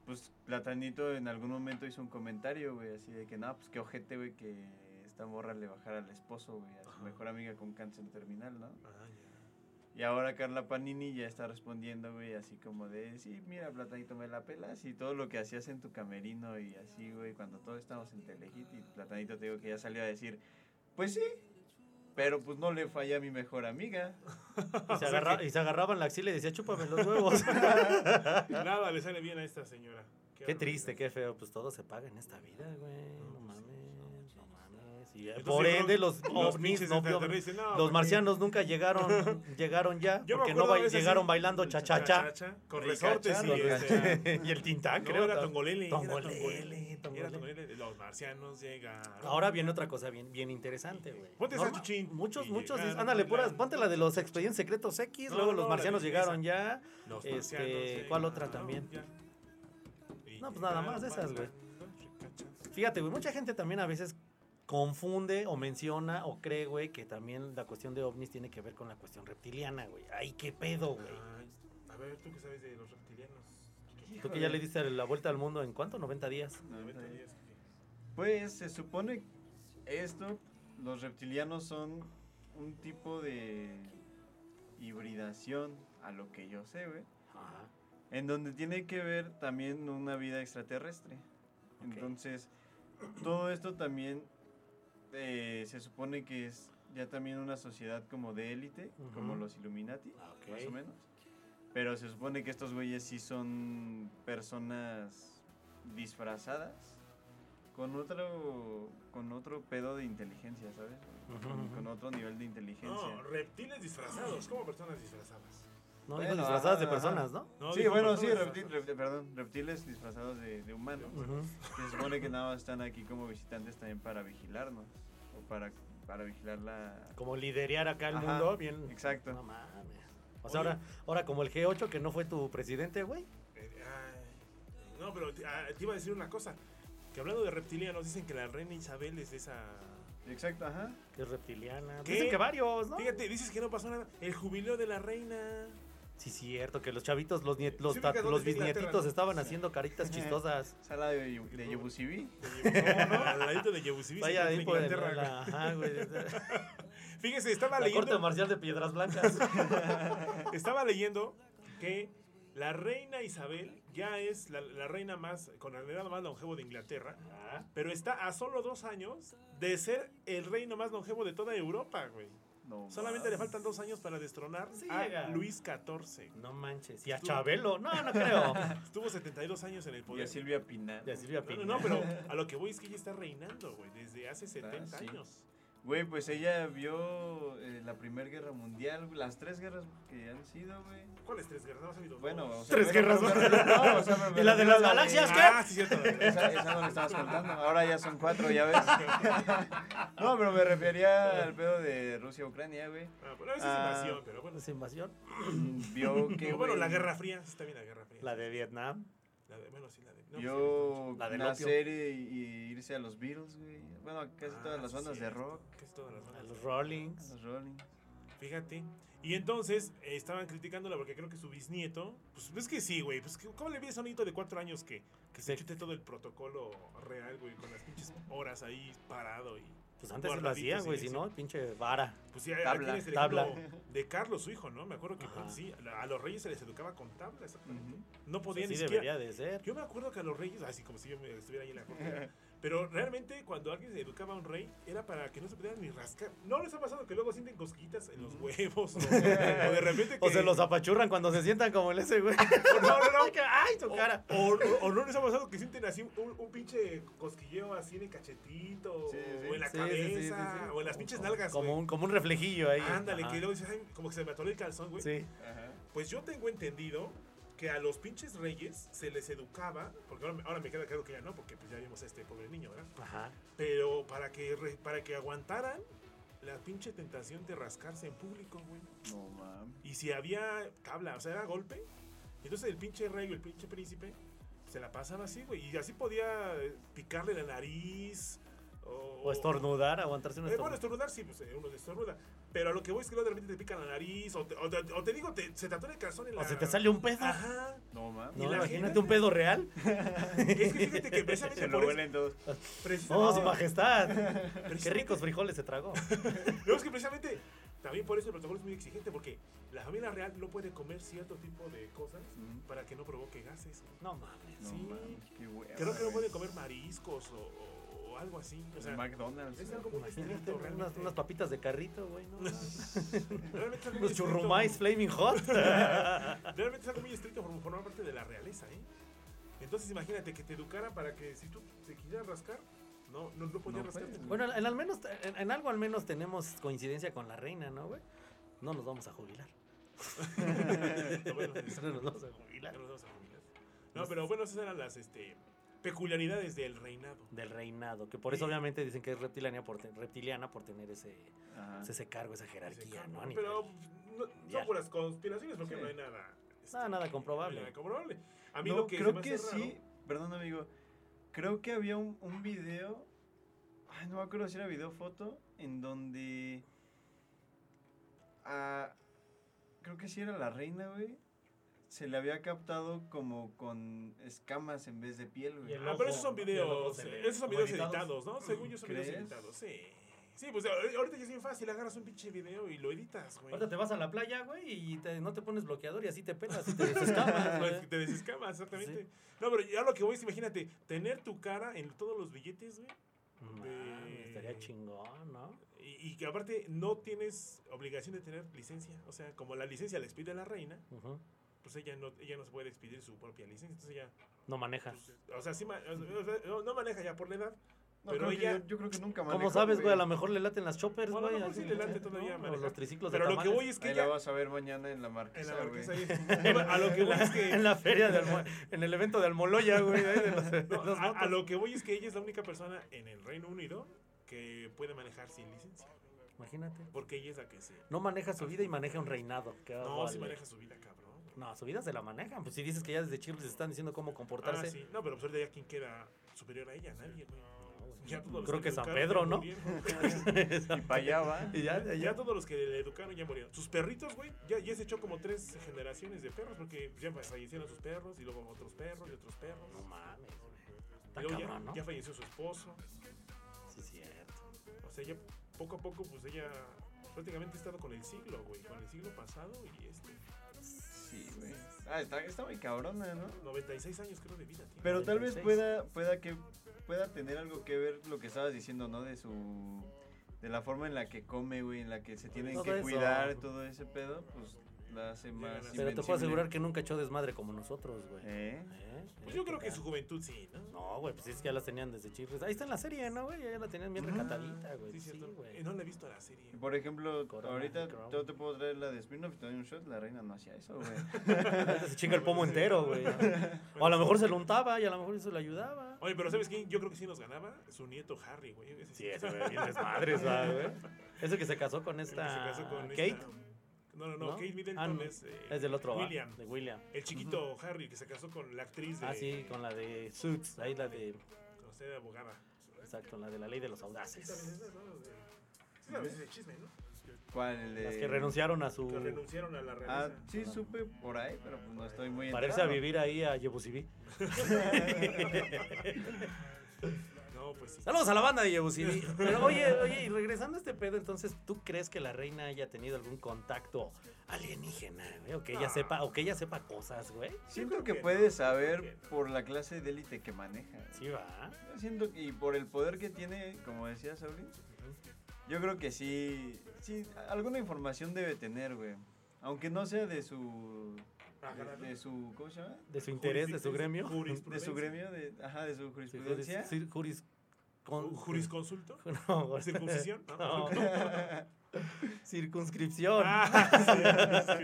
Speaker 4: Pues Platanito en algún momento hizo un comentario, güey, así de que, no, pues qué ojete, güey, que esta morra le bajara al esposo, güey, a su mejor amiga con cáncer terminal, ¿no?
Speaker 2: Ah, ya.
Speaker 4: Y ahora Carla Panini ya está respondiendo, güey, así como de, sí, mira, Platanito, me la pelas y todo lo que hacías en tu camerino y así, güey, cuando todos estábamos en Telehit y Platanito te digo que ya salió a decir, pues sí, pero pues no le falla a mi mejor amiga.
Speaker 1: Y
Speaker 2: pues,
Speaker 1: se, agarra- y se agarraban la axila y decía, chúpame los
Speaker 2: *laughs*
Speaker 1: huevos. *laughs*
Speaker 2: Nada le sale bien a esta señora.
Speaker 1: qué
Speaker 2: barbaridad.
Speaker 1: triste, qué feo. Pues todo se paga en esta vida, güey.
Speaker 2: pues,
Speaker 1: No mames, no mames. Y, eh,
Speaker 2: Entonces,
Speaker 1: por
Speaker 2: yo creo
Speaker 1: ende,
Speaker 2: que
Speaker 1: los
Speaker 2: los
Speaker 1: ovnis
Speaker 2: pinches
Speaker 1: no vio-
Speaker 2: extraterrestres dicen, "No, ¿para
Speaker 1: Los
Speaker 2: qué?".
Speaker 1: marcianos nunca
Speaker 2: *laughs*
Speaker 1: llegaron, llegaron ya,
Speaker 2: Yo me
Speaker 1: porque no
Speaker 2: acuerdo
Speaker 1: ba-
Speaker 2: a veces
Speaker 1: llegaron
Speaker 2: sí.
Speaker 1: bailando cha-cha-cha.
Speaker 2: Cha-cha-cha, Con
Speaker 4: Ricacha,
Speaker 2: resortes y
Speaker 4: ricacha.
Speaker 2: este,
Speaker 1: y el tintán,
Speaker 2: No,
Speaker 1: creo.
Speaker 2: era
Speaker 1: tam-
Speaker 2: Tongolele. era
Speaker 1: Tongolele,
Speaker 2: Tongolele,
Speaker 1: Tongolele.
Speaker 2: Era Tongolele. Los marcianos llegaron.
Speaker 1: Ahora viene otra cosa bien, bien interesante, güey.
Speaker 2: Ah. Ponte esa, Chuchín.
Speaker 1: Muchos,
Speaker 2: Y
Speaker 1: muchos.
Speaker 2: llegaron,
Speaker 1: ándale,
Speaker 2: la-
Speaker 1: puras. Ponte la de los expedientes secretos X.
Speaker 2: No,
Speaker 1: luego
Speaker 2: no,
Speaker 1: los
Speaker 2: la
Speaker 1: marcianos
Speaker 2: de-
Speaker 1: llegaron ya.
Speaker 2: Los
Speaker 1: Este,
Speaker 2: marcianos
Speaker 1: ¿cuál otra
Speaker 2: llegaron,
Speaker 1: también?
Speaker 2: ya. Y
Speaker 1: No, pues nada más de esas, güey.
Speaker 2: llegaron ricachas.
Speaker 1: Fíjate, güey, mucha gente también a veces confunde o menciona o cree, güey, que también la cuestión de ovnis tiene que ver con la cuestión reptiliana, güey. Ay, qué pedo, güey.
Speaker 2: Ay, A ver, tú qué sabes de los reptilianos.
Speaker 1: Tú que ya le diste la vuelta al mundo en cuánto? 90 días.
Speaker 4: No,
Speaker 2: A ver,
Speaker 4: no,
Speaker 2: teorías que-
Speaker 4: Pues se supone esto, los reptilianos son un tipo de hibridación, a lo que yo sé, güey.
Speaker 1: Ajá.
Speaker 4: En donde tiene que ver también una vida extraterrestre. Entonces, todo esto también eh, se supone que es ya también una sociedad como de élite, como
Speaker 1: Ujú.
Speaker 4: los Illuminati,
Speaker 1: Ah, ok.
Speaker 4: más o menos. Pero se supone que estos güeyes sí son personas disfrazadas con otro con otro pedo de inteligencia, ¿sabes?
Speaker 1: Ujú,
Speaker 4: Con,
Speaker 1: ujú.
Speaker 4: con otro nivel de inteligencia.
Speaker 2: No, reptiles disfrazados, como personas disfrazadas.
Speaker 1: No,
Speaker 4: Bueno,
Speaker 1: digo, disfrazadas de
Speaker 4: ajá, ajá.
Speaker 1: personas, ¿no?
Speaker 2: No,
Speaker 4: sí,
Speaker 2: dijo
Speaker 4: bueno, sí,
Speaker 2: personas
Speaker 4: reptil-
Speaker 2: disfrazadas.
Speaker 4: reptil- perdón, reptiles disfrazados de, de humanos.
Speaker 1: Ujú.
Speaker 4: Se supone que nada más están aquí como visitantes también para vigilarnos. O para, para vigilar la.
Speaker 1: Como liderear acá el
Speaker 4: Ajá,
Speaker 1: mundo, bien.
Speaker 4: exacto.
Speaker 1: No mames. O sea,
Speaker 2: Oye.
Speaker 1: ahora, ahora como el G8 que no fue tu presidente, güey.
Speaker 2: Eh, ay, no, pero te, ah, te iba a decir una cosa. Que hablando de reptilianos, dicen que la reina Isabel es de esa...
Speaker 4: Exacto, ajá.
Speaker 1: Que es reptiliana.
Speaker 2: ¿Qué?
Speaker 1: Dicen que varios, ¿no?
Speaker 2: Fíjate, dices que no pasó nada. El jubileo de la reina.
Speaker 1: Sí, cierto, que los chavitos, los, niet- los,
Speaker 2: ubicas
Speaker 1: tat-
Speaker 2: dónde
Speaker 1: los
Speaker 2: está Inglaterra,
Speaker 1: bisnietitos
Speaker 2: ¿no?
Speaker 1: estaban haciendo
Speaker 2: *laughs*
Speaker 1: caritas chistosas.
Speaker 4: Sala de, de Yebusibí.
Speaker 2: Al ladito de Yebusibí,
Speaker 1: Vaya
Speaker 2: en
Speaker 1: ahí por el-
Speaker 2: Inglaterra, güey.
Speaker 1: la, ajá,
Speaker 2: *laughs*
Speaker 1: güey.
Speaker 2: Fíjese, estaba
Speaker 1: la corte
Speaker 2: leyendo,
Speaker 1: marcial de Piedras
Speaker 2: *laughs*
Speaker 1: Blancas.
Speaker 2: estaba leyendo que la reina Isabel ya es la, la reina más, con la edad más longevo de Inglaterra, pero está a solo dos años de ser el reino más longevo de toda Europa, güey.
Speaker 4: No.
Speaker 2: Solamente le faltan dos años para destronar
Speaker 1: Sí
Speaker 2: a
Speaker 1: llega.
Speaker 2: Luis XIV.
Speaker 1: No manches. Y a
Speaker 2: Tú-
Speaker 1: Chabelo. No, no
Speaker 2: *laughs*
Speaker 1: creo.
Speaker 2: Estuvo 72 años en el
Speaker 4: Y a
Speaker 2: poder.
Speaker 4: Silvia Pinal.
Speaker 1: Y a Silvia
Speaker 2: No,
Speaker 1: Pinal.
Speaker 2: no, no, pero a lo que voy es que ella está reinando, güey, desde
Speaker 1: Ah,
Speaker 2: hace 70
Speaker 4: sí.
Speaker 2: años.
Speaker 4: Güey, pues ella vio eh, la Primera Guerra Mundial, güey, las tres guerras que han sido, güey.
Speaker 2: ¿Cuáles tres guerras? No, ha habido
Speaker 4: Bueno,
Speaker 2: dos.
Speaker 4: o sea,
Speaker 1: Tres
Speaker 4: bueno,
Speaker 1: guerras,
Speaker 4: pero- no, o sea,
Speaker 1: *laughs*
Speaker 4: pero-
Speaker 1: ¿Y la de las galaxias? ¿qué?
Speaker 2: Ah, sí, cierto.
Speaker 1: *laughs*
Speaker 4: Esa, esa no la estabas contando. Ahora ya son cuatro, ya ves. *laughs* No, pero me refería al pedo de Rusia-Ucrania, güey.
Speaker 2: Ah, bueno, esa
Speaker 4: Ah.
Speaker 2: es invasión, pero bueno.
Speaker 1: ¿Es invasión?
Speaker 4: Vio que.
Speaker 2: Pero bueno,
Speaker 4: güey,
Speaker 2: la Guerra Fría, sí, está bien la Guerra Fría.
Speaker 1: La de Vietnam.
Speaker 2: La de- bueno, sí, la de... no, pues,
Speaker 4: Vio
Speaker 1: La del
Speaker 4: nacer y, y irse a los Beatles, güey. Bueno, a
Speaker 2: sí,
Speaker 4: casi todas las
Speaker 2: sí,
Speaker 4: bandas de
Speaker 2: Ah, cierto.
Speaker 4: rock,
Speaker 2: Casi todas las
Speaker 1: A
Speaker 2: bandas.
Speaker 1: los
Speaker 4: a
Speaker 1: Rollings.
Speaker 4: los Rolling.
Speaker 2: Fíjate. Y entonces eh, estaban criticándola porque creo que su bisnieto... Pues es que sí, güey. Pues, que- ¿Cómo le pides a un hito de cuatro años que, que se chute todo el protocolo real, güey? Con las pinches horas ahí parado y...
Speaker 1: Pues antes sí lo hacían,
Speaker 2: Guardaditos,
Speaker 1: güey.
Speaker 2: sí,
Speaker 1: Si
Speaker 2: sí.
Speaker 1: no, pinche vara.
Speaker 2: Pues sí, ahí
Speaker 4: Tabla,
Speaker 2: tienes el
Speaker 1: tabla.
Speaker 2: ejemplo de Carlos, su hijo, ¿no? Me acuerdo que pues,
Speaker 1: Ajá. Mm.
Speaker 2: sí, a- a los reyes se les educaba con tabla, exactamente.
Speaker 4: Ujú.
Speaker 2: No podían
Speaker 1: Pues Así
Speaker 2: ni siquiera...
Speaker 1: debería de ser.
Speaker 2: Yo me acuerdo que a los reyes, así como si yo me- estuviera ahí en la
Speaker 1: *laughs*
Speaker 2: frontera, pero realmente cuando alguien se educaba a un rey era para que no se pudieran ni rascar. ¿No les ha pasado que luego sienten cosquillitas en los
Speaker 1: *laughs*
Speaker 2: huevos? O, o de repente que...
Speaker 1: O se los apachurran cuando se sientan como el ese,
Speaker 2: *laughs*
Speaker 1: güey.
Speaker 2: o
Speaker 1: *laughs*
Speaker 2: no, no, no, que-
Speaker 1: ¡Ay, tu
Speaker 2: o-
Speaker 1: cara!
Speaker 2: O, o- o no les ha pasado que sienten así un, un pinche cosquilleo así en el cachetito,
Speaker 4: Sí, sí.
Speaker 2: o en la
Speaker 1: Sí, sí,
Speaker 2: cabeza,
Speaker 1: sí, sí, sí.
Speaker 2: o en las pinches
Speaker 1: Como-
Speaker 2: nalgas,
Speaker 1: Como
Speaker 2: güey.
Speaker 1: un, como un reflejillo ahí.
Speaker 2: Ándale,
Speaker 1: Ajá.
Speaker 2: que luego dices, "Ay, como que se me atoró el calzón, güey.
Speaker 1: Sí.
Speaker 4: Ajá.
Speaker 2: Pues yo tengo entendido que a los pinches reyes se les educaba, porque ahora, ahora me queda claro que ya no, porque pues ya vimos a este pobre niño, ¿verdad?
Speaker 1: Ajá.
Speaker 2: Pero para que, re- para que aguantaran la pinche tentación de rascarse en público, güey.
Speaker 4: No mames.
Speaker 2: Y si había tabla, o sea, era golpe, entonces el pinche rey o el pinche príncipe se la pasan así, güey. Y así podía eh, picarle la nariz. O,
Speaker 1: O estornudar, aguantarse un
Speaker 2: Eh, bueno,
Speaker 1: estornudo.
Speaker 2: estornudar sí, pues eh, uno estornuda. Pero a lo que voy es que luego de repente te pican la nariz. O te, o te- o te digo, te- se te ató el calzón en la.
Speaker 1: O se te sale un pedo.
Speaker 2: Ajá.
Speaker 4: No mames.
Speaker 2: y
Speaker 1: No,
Speaker 2: la
Speaker 1: imagínate
Speaker 2: gente-
Speaker 1: un pedo
Speaker 2: *laughs*
Speaker 1: real.
Speaker 2: Es que fíjate que
Speaker 4: *laughs* Se
Speaker 2: precisamente
Speaker 4: lo
Speaker 2: por eso.
Speaker 4: huelen todos.
Speaker 2: precisamente-
Speaker 1: Oh, su
Speaker 2: *laughs*
Speaker 1: majestad. Qué
Speaker 2: precisamente-
Speaker 1: ricos frijoles se tragó.
Speaker 2: No, es que precisamente también por eso el protocolo es muy exigente, porque la familia real no puede comer cierto tipo de cosas
Speaker 4: Mm,
Speaker 2: para que no provoque gases.
Speaker 1: No mames.
Speaker 4: No
Speaker 2: Sí.
Speaker 4: mames, qué hueva.
Speaker 2: Creo que no
Speaker 4: güey.
Speaker 2: puede comer mariscos o, o- o algo así. O sea,
Speaker 4: McDonald's.
Speaker 2: es
Speaker 4: güey.
Speaker 2: algo muy
Speaker 1: Imagínate
Speaker 2: estricto
Speaker 1: unas,
Speaker 2: realmente.
Speaker 1: unas papitas de carrito, güey. No,
Speaker 2: *laughs*
Speaker 1: mames.
Speaker 2: Realmente es algo muy
Speaker 1: unos
Speaker 2: estricto.
Speaker 1: churrumais flaming
Speaker 2: *laughs*
Speaker 1: hot. *laughs*
Speaker 2: Realmente es algo muy estricto por formar parte de la realeza, ¿eh? Entonces imagínate que te educaran para que si tú te quisieras rascar, no, no, no podías
Speaker 4: No puedes,
Speaker 2: rascarte.
Speaker 1: bueno, en, al menos, en, en algo al menos tenemos coincidencia con la reina, ¿no, güey? No nos vamos a jubilar.
Speaker 2: No, bueno,
Speaker 1: No nos vamos a jubilar.
Speaker 2: no nos vamos a jubilar. No, pero bueno, esas eran las este, peculiaridades del reinado.
Speaker 1: Del reinado, que por eso obviamente dicen que es reptiliana por, te- reptiliana por tener ese,
Speaker 4: Ajá.
Speaker 1: pues, ese cargo, esa
Speaker 2: Ese
Speaker 1: jerarquía,
Speaker 2: cabrón.
Speaker 1: ¿no? A nivel-
Speaker 2: "Ah, Pero no,
Speaker 1: mundial.
Speaker 2: no por las conspiraciones, porque
Speaker 4: Sí.
Speaker 2: no hay nada. este,
Speaker 1: Nada, nada
Speaker 2: no
Speaker 1: comprobable.
Speaker 2: hay nada comprobable. A mí
Speaker 4: No,
Speaker 2: lo que se
Speaker 4: creo
Speaker 2: me hace
Speaker 4: que
Speaker 2: raro-
Speaker 4: sí. Perdón, amigo. Creo que había un, un video. Ay, no me acuerdo si era video o foto. En donde. ah, creo que sí era la reina, güey. Se le había captado como con escamas en vez de piel, güey.
Speaker 1: Y el
Speaker 2: Ah, pero esos son
Speaker 1: ojo, ¿no? Y el ojo
Speaker 2: videos,
Speaker 1: se le-
Speaker 2: esos son videos
Speaker 1: editados.
Speaker 2: editados, ¿no? Según yo son videos
Speaker 4: ¿Crees?
Speaker 2: editados, sí. Sí, pues ahor- ahorita ya es bien fácil, agarras un pinche video y lo editas,
Speaker 1: pues,
Speaker 2: güey. *laughs*
Speaker 1: Ahorita te vas a la playa, güey, y te- no te pones bloqueador y así te pelas
Speaker 2: *laughs*
Speaker 1: y te desescamas,
Speaker 2: Pues,
Speaker 1: güey.
Speaker 2: Te desescamas, exactamente. No, pero ya lo que voy es, imagínate, tener tu cara en todos los billetes, güey.
Speaker 1: Mames, Estaría chingón, ¿no?
Speaker 2: Y, y que aparte no tienes obligación de tener licencia. O sea, como la licencia la expide la reina,
Speaker 1: Ujú.
Speaker 2: pues ella no, ella no se puede expedir su propia licencia. Entonces ella pues,
Speaker 1: No maneja.
Speaker 2: O sea, sí ma- o sea, no- no maneja ya por la edad.
Speaker 4: No,
Speaker 2: pero
Speaker 4: creo que
Speaker 2: ella-
Speaker 4: yo, yo creo que nunca
Speaker 1: ¿Cómo
Speaker 4: manejó,
Speaker 1: sabes, güey? A lo mejor le laten las choppers,
Speaker 2: Bueno, a
Speaker 1: güey.
Speaker 2: lo mejor sí
Speaker 1: así,
Speaker 2: le late todavía
Speaker 1: ¿no?
Speaker 2: manejar.
Speaker 1: O los triciclos
Speaker 2: Pero
Speaker 1: de
Speaker 2: lo que
Speaker 1: tamales.
Speaker 2: voy es que
Speaker 4: Ahí
Speaker 2: ella.
Speaker 4: la vas a ver mañana en la marquesa,
Speaker 2: En la marquesa
Speaker 4: güey.
Speaker 2: ahí. No, a lo que voy es que.
Speaker 1: *laughs* En la feria de
Speaker 2: *laughs*
Speaker 1: Almo- en el evento de Almoloya, güey. ahí de los- de
Speaker 2: no,
Speaker 1: los
Speaker 2: a, a
Speaker 1: motos.
Speaker 2: lo que voy es que ella es la única persona en el Reino Unido que puede manejar sin licencia.
Speaker 1: Imagínate.
Speaker 2: Porque ella es la que se.
Speaker 1: No maneja su vida y maneja un reinado. qué
Speaker 2: No,
Speaker 1: Ah, vale.
Speaker 2: si maneja su vida, cabrón.
Speaker 1: No, su vida se la manejan. Pues si dices que ya desde chicos les están diciendo cómo comportarse.
Speaker 2: Ah, sí. No, pero pues ahorita ya quién queda superior a ella, nadie, güey. Ya todos los
Speaker 1: Creo que
Speaker 2: le
Speaker 1: San
Speaker 2: educaron
Speaker 1: Pedro,
Speaker 2: ya
Speaker 1: ¿no? *laughs*
Speaker 2: murieron.
Speaker 4: *laughs* Y para allá va.
Speaker 1: Y ya, ya,
Speaker 2: Ya todos los que le educaron ya murieron. Sus perritos, güey, ya, ya se echó como tres generaciones de perros, porque ya fallecieron sus perros, y luego otros perros, y otros perros.
Speaker 1: No mames, güey.
Speaker 2: Y
Speaker 1: Está
Speaker 2: luego ya-
Speaker 1: cabrón, ¿no?
Speaker 2: ya falleció su esposo.
Speaker 1: Sí, cierto.
Speaker 2: O sea, ella poco a poco, pues ella prácticamente ha estado con el siglo, güey, con el siglo pasado y este.
Speaker 4: Sí, güey. Ah, está, está muy cabrona, ¿no?
Speaker 2: 96 años creo de vida tiene.
Speaker 4: Pero tal vez
Speaker 1: 96.
Speaker 4: pueda, pueda que pueda tener algo que ver lo que estabas diciendo, ¿no? De su de la forma en la que come, güey, en la que se tienen
Speaker 1: Todo
Speaker 4: que
Speaker 1: eso.
Speaker 4: cuidar, todo ese pedo, pues la hace
Speaker 2: Llegan a
Speaker 4: más.
Speaker 2: ser-
Speaker 1: Pero te puedo
Speaker 4: invencible.
Speaker 1: asegurar que nunca echó desmadre como nosotros, güey. ¿Eh?
Speaker 4: ¿Eh?
Speaker 2: pues yo creo que
Speaker 1: Acá.
Speaker 2: su juventud sí, ¿no?
Speaker 1: No, güey, pues es que ya las tenían desde chicos. Ahí está en la serie, ¿no, güey? Ya la tenían bien recatadita, güey.
Speaker 2: Sí,
Speaker 1: Sí,
Speaker 2: cierto.
Speaker 1: güey.
Speaker 2: Eh, no la he visto la serie.
Speaker 4: Y Por ejemplo,
Speaker 1: Corona,
Speaker 4: ahorita
Speaker 1: Crown.
Speaker 4: yo te puedo traer la de Spinoff y te doy un shot, la reina no hacía
Speaker 1: *laughs*
Speaker 4: eso, güey.
Speaker 1: Ahorita se chinga el pomo entero,
Speaker 2: *laughs*
Speaker 1: güey. O a lo mejor se lo untaba y a lo mejor eso le ayudaba.
Speaker 2: Oye, pero ¿sabes quién? Yo creo que sí nos ganaba. Su nieto Harry, güey. Ese
Speaker 1: Sí, ese güey, bien desmadres, güey. Ese que se casó con
Speaker 2: El que
Speaker 1: esta.
Speaker 2: se casó este con
Speaker 1: Kate.
Speaker 2: esta- No, no, no,
Speaker 1: ¿No?
Speaker 2: Kate
Speaker 1: Ah,
Speaker 2: Middleton
Speaker 1: no.
Speaker 2: es, eh,
Speaker 1: Es del otro, ¿va?
Speaker 2: William.
Speaker 1: De William.
Speaker 2: El chiquito Harry, que se casó con la actriz de.
Speaker 1: Ah, sí, con la de Suits. Ahí la de.
Speaker 2: Con usted de abogada.
Speaker 1: Exacto, la de la ley de los
Speaker 2: Sí, sabes
Speaker 1: audaces.
Speaker 2: esa, ¿no? De- Sí, sabes ese chisme, ¿no?
Speaker 4: ¿Cuál? El de-
Speaker 1: Las que renunciaron a
Speaker 2: Que
Speaker 1: su.
Speaker 2: renunciaron a la
Speaker 4: Ah,
Speaker 2: realeza.
Speaker 4: sí, supe por ahí, pero pues no estoy muy
Speaker 1: Parece a
Speaker 4: enterado.
Speaker 1: vivir ahí a Yebusibí. *laughs*
Speaker 2: No, pues sí.
Speaker 1: Saludos a la banda de Yebusibí. Pero oye, oye, y regresando a este pedo, entonces, ¿tú crees que la reina haya tenido algún contacto alienígena, güey? O que ella
Speaker 2: Ah.
Speaker 1: sepa, o que ella sepa cosas, güey.
Speaker 4: Siento
Speaker 2: creo
Speaker 4: que
Speaker 2: que no,
Speaker 4: puedes
Speaker 2: creo
Speaker 4: saber
Speaker 2: que no.
Speaker 4: por la clase de élite que maneja.
Speaker 1: Sí, va.
Speaker 4: Yo siento que- y por el poder que tiene, como decía Sauri, yo creo que sí, sí, alguna información debe tener, güey. Aunque no sea de su,
Speaker 2: Ah,
Speaker 4: de,
Speaker 2: claro.
Speaker 4: de su, ¿cómo se llama?
Speaker 1: De su interés, de su gremio.
Speaker 4: De su gremio, de, ajá, de su
Speaker 1: Sí, juris-
Speaker 4: jurisprudencia.
Speaker 1: sí, juris- con-
Speaker 2: ¿Jurisconsulto?
Speaker 1: *laughs* No, güey.
Speaker 2: ¿Circuncisión?
Speaker 1: No.
Speaker 4: *laughs*
Speaker 1: Circunscripción.
Speaker 2: Ah, *laughs*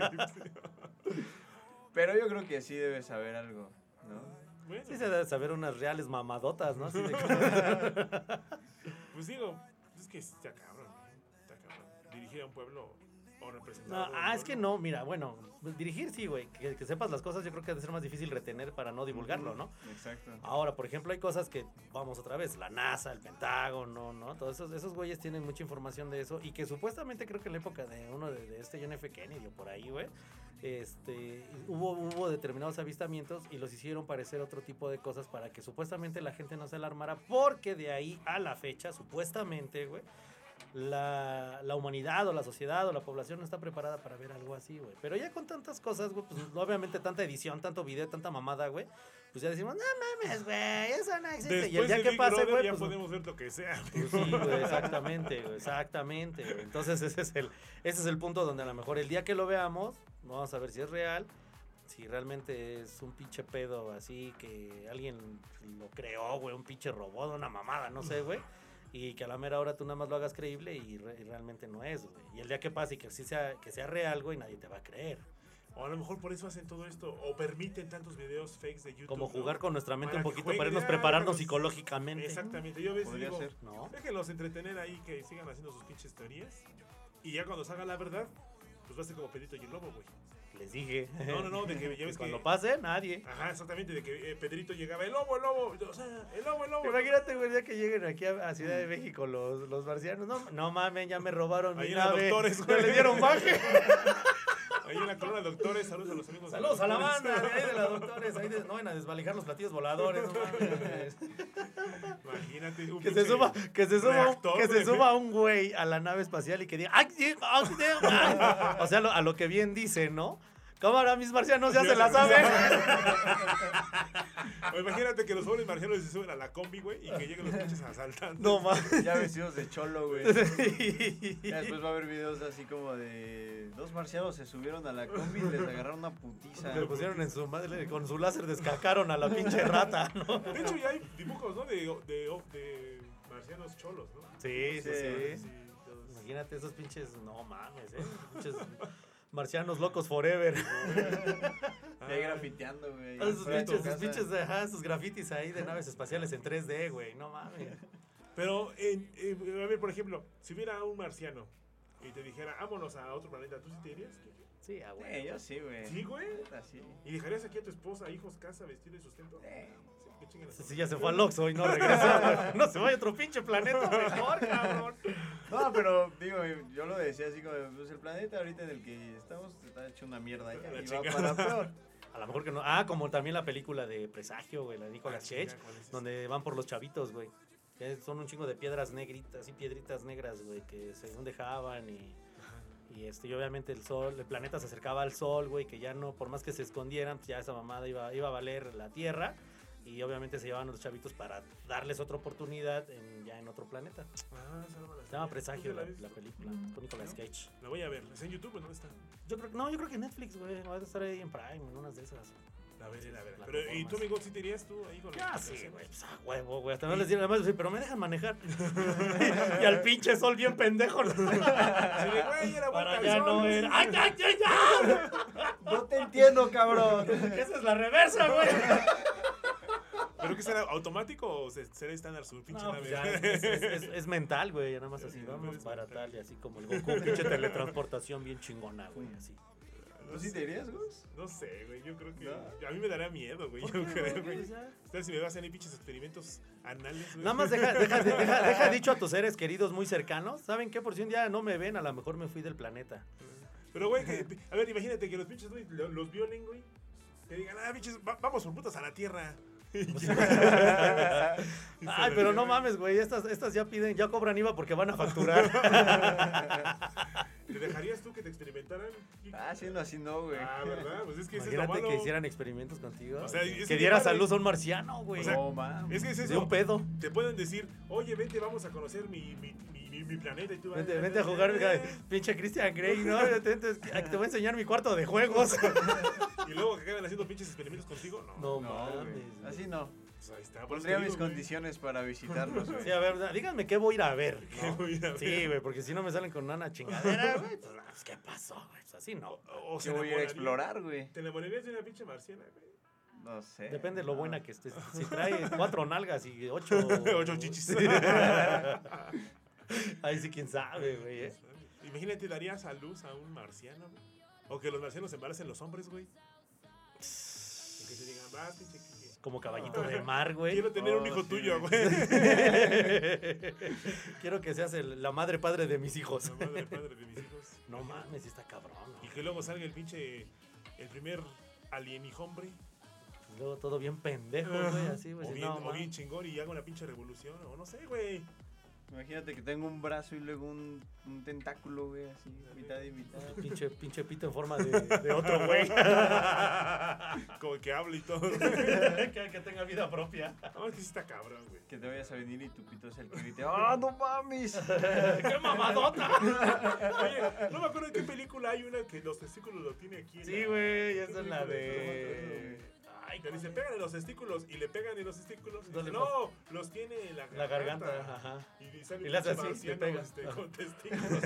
Speaker 2: sí, sí,
Speaker 4: *laughs* Pero yo creo que sí debe saber algo, ¿no?
Speaker 2: sí. Bueno,
Speaker 1: Sí se debe saber unas reales mamadotas, ¿no? Así de que-
Speaker 2: pues digo, es que está cabrón. Está cabrón. Dirigir a un pueblo O representar.
Speaker 1: No,
Speaker 2: algo del
Speaker 1: ah, es que
Speaker 2: pueblo.
Speaker 1: no, mira, bueno, dirigir sí, güey. Que, que sepas las cosas, yo creo que ha de ser más difícil retener para no divulgarlo, ¿no?
Speaker 4: Exacto.
Speaker 1: Ahora, por ejemplo, hay cosas que, vamos otra vez, la NASA, el Pentágono, ¿no? Todos esos, esos güeyes tienen mucha información de eso y que supuestamente creo que en la época de uno de, de este John F. Kennedy o por ahí, güey, este, hubo, hubo determinados avistamientos y los hicieron parecer otro tipo de cosas para que supuestamente la gente no se alarmara porque de ahí a la fecha, supuestamente, güey, la, la humanidad o la sociedad o la población no está preparada para ver algo así, güey. Pero ya con tantas cosas, güey, pues obviamente tanta edición, tanto video, tanta mamada, güey, pues ya decimos, no mames, güey, eso no existe.
Speaker 2: Después
Speaker 1: y el día
Speaker 2: de
Speaker 1: que
Speaker 2: Big
Speaker 1: pase,
Speaker 2: Brother
Speaker 1: güey,
Speaker 2: ya
Speaker 1: pues,
Speaker 2: podemos ver lo que sea.
Speaker 1: pues sí, güey, exactamente, güey, exactamente. güey. Entonces ese es, el, ese es el punto donde a lo mejor el día que lo veamos, vamos a ver si es real, si realmente es un pinche pedo así que alguien lo creó, güey, un pinche robot, una mamada, no sé, güey. Y que a la mera hora tú nada más lo hagas creíble y, re- y realmente no es, güey. Y el día que pase y que sí sea, que sea real, güey, nadie te va a creer.
Speaker 2: O a lo mejor por eso hacen todo esto. O permiten tantos videos fakes de YouTube.
Speaker 1: Como
Speaker 2: ¿no?
Speaker 1: jugar con nuestra mente
Speaker 2: Para
Speaker 1: un
Speaker 2: que
Speaker 1: poquito
Speaker 2: jueguen,
Speaker 1: para irnos
Speaker 2: ah,
Speaker 1: prepararnos
Speaker 2: déjalos-
Speaker 1: psicológicamente.
Speaker 2: Exactamente. Yo a veces
Speaker 4: Podría
Speaker 2: digo,
Speaker 4: ser.
Speaker 1: ¿No?
Speaker 2: déjenlos entretener ahí que sigan haciendo sus pinches teorías. Y ya cuando salga la verdad, pues va a ser como Pedrito y el
Speaker 1: *laughs*
Speaker 2: Lobo, güey.
Speaker 1: Les dije.
Speaker 2: No,
Speaker 1: *laughs*
Speaker 2: no, no, de que ya ves
Speaker 1: Cuando
Speaker 2: que-
Speaker 1: pase, nadie.
Speaker 2: Ajá, exactamente, de que eh, Pedrito llegaba, el lobo, el lobo, o sea, el lobo, el lobo.
Speaker 1: Imagínate, güey, ya que lleguen aquí a, a Ciudad de México los, los marcianos. No, no mames, ya me robaron
Speaker 2: Ahí
Speaker 1: mi
Speaker 2: en la
Speaker 1: nave.
Speaker 2: Doctores,
Speaker 1: Ya
Speaker 2: güey.
Speaker 1: le dieron baje.
Speaker 2: Ahí en la corona de doctores, saludos a los amigos. de
Speaker 1: Saludos a la
Speaker 2: doctores.
Speaker 1: banda de ahí de la Doctores. Ahí de- no van a desvalijar los platillos voladores. no *laughs* mames.
Speaker 2: *laughs* Imagínate, un
Speaker 1: que se
Speaker 2: pinche-
Speaker 1: suba, que se suba,
Speaker 2: reactor,
Speaker 1: un, que se
Speaker 2: güey.
Speaker 1: suba un güey a la nave espacial y que diga, ¡Ay, sí, ay, sí, ay". o sea, lo- a lo que bien dice, ¿no? Cámara, mis marcianos ya se la saben.
Speaker 2: O Pues imagínate que los pobres marcianos se suben a la combi, güey, y que lleguen los pinches asaltantes.
Speaker 1: *laughs* No mames.
Speaker 4: Ya vestidos de
Speaker 1: *laughs*
Speaker 4: cholo, güey. Ya después va a haber videos así como de dos marcianos se subieron a la combi y les agarraron una
Speaker 1: *laughs*
Speaker 4: putiza.
Speaker 1: Le pusieron en su madre, con su láser descacaron a la pinche rata, *laughs* ¿no?
Speaker 2: De hecho, ya hay dibujos, ¿no? De, de, de marcianos cholos, ¿no?
Speaker 1: Sí, sí, sí.
Speaker 2: Sí, todos.
Speaker 1: Imagínate esos pinches, no mames, eh. Pinches marcianos locos forever.
Speaker 4: Ahí grafiteando, güey.
Speaker 1: *laughs* Esos
Speaker 4: fuera de tu
Speaker 1: Ah, pinches, esos
Speaker 4: casa.
Speaker 1: pinches, ajá, esos grafitis ahí de naves espaciales en 3D, güey, no mames.
Speaker 2: Pero, en- en- a ver, por ejemplo, si hubiera un marciano y te dijera, vámonos a otro planeta, ¿tú sí te irías?
Speaker 1: Sí, ah, a huevo.
Speaker 4: Sí, Eh, yo sí, güey.
Speaker 2: Sí, güey.
Speaker 4: Así.
Speaker 2: ¿Y dejarías aquí a tu esposa, hijos, casa, vestido y sustento? Sí, que chinguen a su
Speaker 1: Si ya se fue al Oxxo y no
Speaker 4: *laughs*
Speaker 1: regresó. no se vaya a otro pinche planeta mejor, cabrón.
Speaker 4: No, pero digo, yo lo decía así como, pues el planeta ahorita en el que estamos está hecho una mierda ya.
Speaker 2: La
Speaker 4: Y va
Speaker 2: chingada.
Speaker 4: para peor.
Speaker 1: A lo mejor que no. Ah, como también la película de Presagio, güey, la de
Speaker 4: Ah,
Speaker 1: Nicolas
Speaker 2: Ah, chinga,
Speaker 1: Cage,
Speaker 2: ¿cuál es esa?
Speaker 1: donde van por los chavitos, güey. Que son un chingo de piedras negritas y piedritas negras, güey, que según dejaban y. Y, este, y obviamente el sol, el planeta se acercaba al sol, güey, que ya no, por más que se escondieran, pues ya esa mamada iba, iba a valer la Tierra. Y obviamente se llevaban a los chavitos para darles otra oportunidad en- ya en otro planeta.
Speaker 2: Ah, salva la
Speaker 1: Se llama
Speaker 2: señal.
Speaker 1: Presagio
Speaker 2: ¿Tú ya
Speaker 1: la,
Speaker 2: la viste?
Speaker 1: la película, con Nicolas Cage.
Speaker 2: La voy a ver. ¿Es en YouTube o dónde está?
Speaker 1: Yo creo, no, yo creo que Netflix, güey. Va a estar ahí en Prime, en unas de esas.
Speaker 2: La veré, la veré.
Speaker 1: La
Speaker 2: Pero, ¿y tú,
Speaker 1: plataforma.
Speaker 2: amigo, si te irías tú ahí con
Speaker 1: Ah,
Speaker 2: los-
Speaker 1: sí, güey. Pues a huevo, güey. Hasta no les dieron además, sí, pero me dejan *laughs* manejar. y al pinche sol bien *laughs* pendejo.
Speaker 2: *laughs* Así de, güey, era
Speaker 1: Para
Speaker 2: vuelta al
Speaker 1: allá
Speaker 2: sol.
Speaker 1: no
Speaker 2: *laughs*
Speaker 1: era. ¡Ay, ay, ay, ay!
Speaker 4: No te entiendo,
Speaker 2: *laughs*
Speaker 4: cabrón.
Speaker 1: Esa es la reversa, güey.
Speaker 2: ¿Pero qué será? ¿Automático o se- será estándar su pinche
Speaker 1: *laughs* No,
Speaker 2: nave?
Speaker 1: pues
Speaker 2: *laughs*
Speaker 1: ya, es, es- es- es mental, güey. Nada más así,
Speaker 2: Sí,
Speaker 1: vamos
Speaker 2: es
Speaker 1: para
Speaker 2: mental.
Speaker 1: tal y así como el Goku. Pinche teletransportación bien chingona, güey. Así.
Speaker 4: ¿Tú sí te irías, Gus?
Speaker 2: No sé, güey. Yo creo que.
Speaker 4: No.
Speaker 2: A mí me daría miedo, güey. Yo
Speaker 1: ¿Por qué,
Speaker 2: creo,
Speaker 1: güey?
Speaker 2: güey.
Speaker 1: O sea,
Speaker 2: Ustedes si me hacen ahí pinches experimentos anales, güey.
Speaker 1: Nada más deja, deja, deja- deja dicho a tus seres queridos muy cercanos. ¿Saben qué? Por si un día no me ven, a lo mejor me fui del planeta.
Speaker 2: Pero, güey, que- a ver, imagínate que los pinches, güey, lo- los violen, güey. Que digan, ah, pinches, va- vamos por putas a la tierra. *laughs*
Speaker 1: *laughs* Ay, pero no mames, güey. Estas, estas ya piden, ya cobran IVA porque van a *laughs* facturar.
Speaker 2: ¿Te dejarías tú que te experimentaran?
Speaker 4: Ah, siendo así no, güey.
Speaker 2: Ah, ¿verdad? Pues es que ese es lo
Speaker 1: Imagínate
Speaker 2: malo.
Speaker 1: que hicieran experimentos contigo.
Speaker 2: O sea,
Speaker 1: que-
Speaker 2: es
Speaker 1: que
Speaker 2: que
Speaker 1: dieras
Speaker 2: para-
Speaker 1: a luz a un marciano, güey.
Speaker 2: O sea,
Speaker 4: no, mames.
Speaker 2: Es que es
Speaker 1: de
Speaker 2: eso.
Speaker 1: un pedo.
Speaker 2: Te pueden decir, oye, vente, vamos a conocer mi, mi, mi, mi- mi planeta. Y tú,
Speaker 1: Vente,
Speaker 2: "Ah,
Speaker 1: vente a jugar,
Speaker 2: eh".
Speaker 1: pinche Christian Grey,
Speaker 2: *laughs*
Speaker 1: ¿no? Te, te- te voy a enseñar mi cuarto de juegos.
Speaker 2: Y luego que acaben haciendo pinches experimentos contigo. *laughs* No.
Speaker 1: No,
Speaker 4: No, güey.
Speaker 1: mames.
Speaker 4: Así no.
Speaker 2: Pues ahí está. por eso
Speaker 4: Pondría
Speaker 2: te
Speaker 4: mis
Speaker 2: digo, güey.
Speaker 4: condiciones para visitarlos,
Speaker 2: *laughs*
Speaker 4: güey.
Speaker 1: Sí, a ver, díganme qué voy a ir a ver. ¿no?
Speaker 2: ¿Qué voy a
Speaker 1: Sí,
Speaker 2: ver?
Speaker 1: güey, porque si no me salen con una chingadera, güey. pues, ah, pues, ¿Qué pasó, güey? Pues, así no.
Speaker 2: O, o se
Speaker 4: Yo voy a ir a
Speaker 2: enamoraría-
Speaker 4: explorar, güey.
Speaker 2: ¿Te enamorarías de una pinche marciana, güey?
Speaker 4: *laughs* No sé.
Speaker 1: Depende de lo
Speaker 4: no.
Speaker 1: buena que estés. Si trae cuatro nalgas y
Speaker 2: *laughs*
Speaker 1: ocho.
Speaker 2: Ocho chichis.
Speaker 1: Ahí sí, quién sabe, güey. ¿eh?
Speaker 2: Imagínate, ¿darías a luz a un marciano? güey? O que los marcianos embaracen los hombres, güey. Y que te digan, vas, pinche Kike.
Speaker 1: Como caballito de mar, güey.
Speaker 2: Quiero tener un
Speaker 4: Oh,
Speaker 2: hijo
Speaker 4: sí,
Speaker 2: tuyo,
Speaker 4: güey.
Speaker 2: güey.
Speaker 4: *laughs*
Speaker 1: *laughs* Quiero que seas el- la madre padre de mis hijos.
Speaker 2: La madre, padre de mis hijos.
Speaker 1: No mames, está cabrón.
Speaker 2: Y
Speaker 1: güey.
Speaker 2: que luego salga el pinche. El primer alienijombre.
Speaker 1: Luego todo bien pendejo, güey, así, güey.
Speaker 2: o, bien,
Speaker 1: no,
Speaker 2: o bien
Speaker 1: mames.
Speaker 2: chingón y haga una pinche revolución. O no sé,
Speaker 1: *laughs*
Speaker 2: güey.
Speaker 4: Imagínate que tengo un brazo y luego un, un tentáculo, güey, así, mitad y mitad.
Speaker 1: Ah, pinche, pinche pito en forma de, de *laughs* otro güey.
Speaker 2: Como que hable
Speaker 1: *laughs*
Speaker 2: y todo. güey.
Speaker 1: que, que tenga vida propia.
Speaker 2: No, es que sí está cabrón, güey.
Speaker 4: Que te vayas a venir y tu pito sea el que grite, ¡ah, no mames!
Speaker 1: ¡Qué mamadota!
Speaker 2: Oye, no me acuerdo en qué película hay una que los testículos lo tiene aquí.
Speaker 1: *laughs*
Speaker 2: en
Speaker 1: Sí,
Speaker 2: la-
Speaker 1: güey, esa
Speaker 2: ¿Qué
Speaker 1: es la
Speaker 2: película?
Speaker 1: de. Ay,
Speaker 2: Que
Speaker 1: ¿cómo
Speaker 2: dice,
Speaker 1: se-
Speaker 2: pegan en los testículos y le pegan en los testículos. Y
Speaker 1: No
Speaker 2: dice,
Speaker 1: le
Speaker 2: no, los tiene en la garganta.
Speaker 1: La garganta, ajá.
Speaker 2: Y, sale
Speaker 1: Y
Speaker 2: un
Speaker 1: le hace
Speaker 2: pinche
Speaker 1: así, le pega.
Speaker 2: marciano, este, con testículos. *laughs*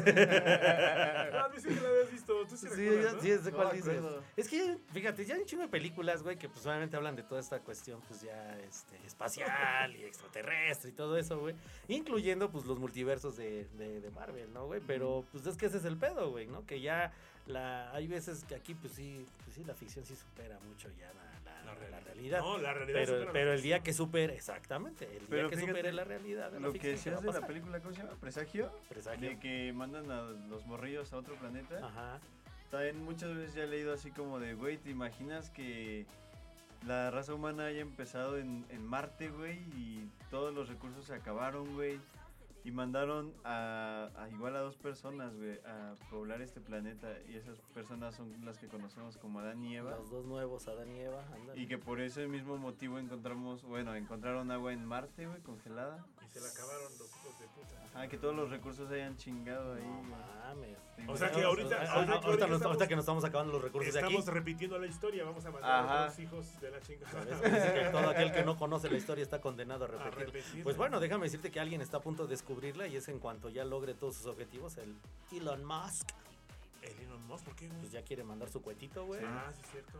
Speaker 2: Ah, dice que la habías visto. Tú sí,
Speaker 1: Sí,
Speaker 2: recuerdas,
Speaker 1: ya-
Speaker 2: ¿no?
Speaker 1: sí, es de
Speaker 4: No
Speaker 1: cuál
Speaker 4: me
Speaker 1: dices.
Speaker 4: acuerdo.
Speaker 1: Es que, fíjate, ya hay un chingo de películas, güey, que pues obviamente hablan de toda esta cuestión, pues ya, este, espacial y extraterrestre y todo eso, güey. Incluyendo, pues, los multiversos de, de- de Marvel, ¿no, güey? Pero, pues, es que ese es el pedo, güey, ¿no? Que ya la, hay veces que aquí, pues sí, pues sí, la ficción sí supera mucho ya la, la- la realidad.
Speaker 2: No, la realidad supera
Speaker 1: pero,
Speaker 2: la
Speaker 1: pero el
Speaker 2: ficción.
Speaker 1: día que supere, exactamente, el
Speaker 4: Pero
Speaker 1: día que
Speaker 4: fíjate,
Speaker 1: supere la realidad, la
Speaker 4: Lo que
Speaker 1: ficción, ¿qué va
Speaker 4: decías
Speaker 1: a
Speaker 4: de la
Speaker 1: pasar?
Speaker 4: película, ¿cómo se llama? ¿Presagio? Ah.
Speaker 1: Presagio.
Speaker 4: De que mandan a los morrillos a otro planeta.
Speaker 1: Ajá.
Speaker 4: También muchas veces ya he leído así como de, güey, ¿te imaginas que la raza humana haya empezado en, en Marte, güey? Y todos los recursos se acabaron, güey. Y mandaron a, a igual a dos personas, güey, a poblar este planeta. Y esas personas son las que conocemos como Adán y Eva.
Speaker 1: Los dos nuevos, Adán y Eva, ándale.
Speaker 4: Y que por ese mismo motivo encontramos, bueno, encontraron agua en Marte, güey, congelada.
Speaker 2: Y se la acabaron los hijos de puta.
Speaker 4: Ajá, que todos los recursos se hayan chingado ahí,
Speaker 1: No
Speaker 4: güey.
Speaker 1: mames.
Speaker 4: ¿Te
Speaker 2: O sea que
Speaker 1: Ah,
Speaker 2: ahorita-
Speaker 4: imaginas?
Speaker 1: ah,
Speaker 2: ahorita que
Speaker 1: ahorita, nos-
Speaker 2: estamos-
Speaker 1: ahorita que nos estamos acabando los recursos
Speaker 2: Estamos
Speaker 1: Pues de aquí.
Speaker 2: repitiendo la historia. Vamos a mandar a
Speaker 4: Ajá.
Speaker 2: los hijos de la
Speaker 1: ¿sabes?
Speaker 2: chingada.
Speaker 1: Dice que todo aquel que no conoce la historia está condenado a
Speaker 2: A
Speaker 1: repetirla.
Speaker 2: repetirla.
Speaker 1: Pues bueno, déjame decirte que alguien está a punto de descubrirla y es en cuanto ya logre todos sus objetivos, el Elon Musk,
Speaker 2: El Elon Musk, ¿por qué, güey?
Speaker 1: pues ya quiere mandar su cuetito, güey.
Speaker 2: Ah, sí, es cierto.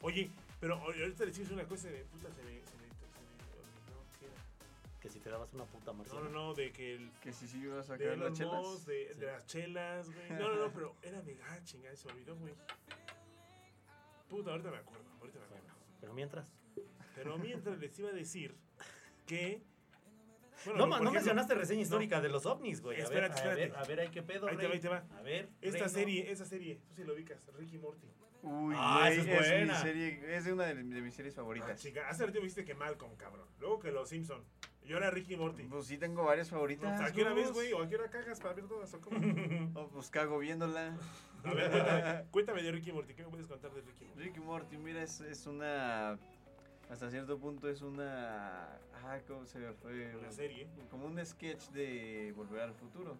Speaker 2: Oye, pero oye, ahorita les hice una cosa de puta, se me, se me, se me olvidó. ¿qué era?
Speaker 1: Que si te dabas una puta
Speaker 2: No,
Speaker 1: marciana.
Speaker 2: no, no, de que el.
Speaker 4: Que si sí iba a
Speaker 2: De
Speaker 4: sacar las
Speaker 2: los
Speaker 4: chelas.
Speaker 2: mos, de, de las chelas, güey. No, no, no, pero era mega ah, chingada, se me olvidó, güey. Puta, ahorita me acuerdo, ahorita me acuerdo.
Speaker 1: Bueno, pero mientras.
Speaker 2: Pero mientras les iba a decir que.
Speaker 1: no,
Speaker 2: bueno, por
Speaker 1: ma- no
Speaker 2: ejemplo,
Speaker 1: mencionaste reseña
Speaker 2: no.
Speaker 1: histórica de los ovnis, güey. A ver,
Speaker 2: Espérate,
Speaker 1: a ver,
Speaker 2: espérate.
Speaker 1: A ver, ahí qué pedo.
Speaker 2: Ahí te va,
Speaker 1: Rey.
Speaker 2: ahí te va.
Speaker 1: A ver.
Speaker 2: Esta
Speaker 1: Reino.
Speaker 2: serie, esa serie, tú sí lo ubicas, Ricky Morty.
Speaker 4: Uy,
Speaker 1: Ah,
Speaker 4: güey,
Speaker 1: esa es
Speaker 4: es,
Speaker 1: buena.
Speaker 4: mi serie, es una de, de mis series
Speaker 2: Ah,
Speaker 4: favoritas.
Speaker 2: chica, hace ratito me dijiste que Malcolm, cabrón. Luego que los Simpson. Y ahora Ricky Morty.
Speaker 4: pues sí tengo varias favoritas.
Speaker 2: Pues, ¿A qué hora ves,
Speaker 4: Gus.
Speaker 2: güey? ¿O a qué hora cagas para ver todas?
Speaker 1: *laughs*
Speaker 2: ¿O cómo?
Speaker 4: Oh, pues cago viéndola.
Speaker 2: A ver, cuéntame, cuéntame de Ricky Morty. ¿Qué me puedes contar de Ricky Morty?
Speaker 4: Rick y Morty, mira, es, es una... Hasta cierto punto es una... Ah, ¿cómo se me fue?
Speaker 2: Una serie.
Speaker 4: Como un sketch de Volver al Futuro.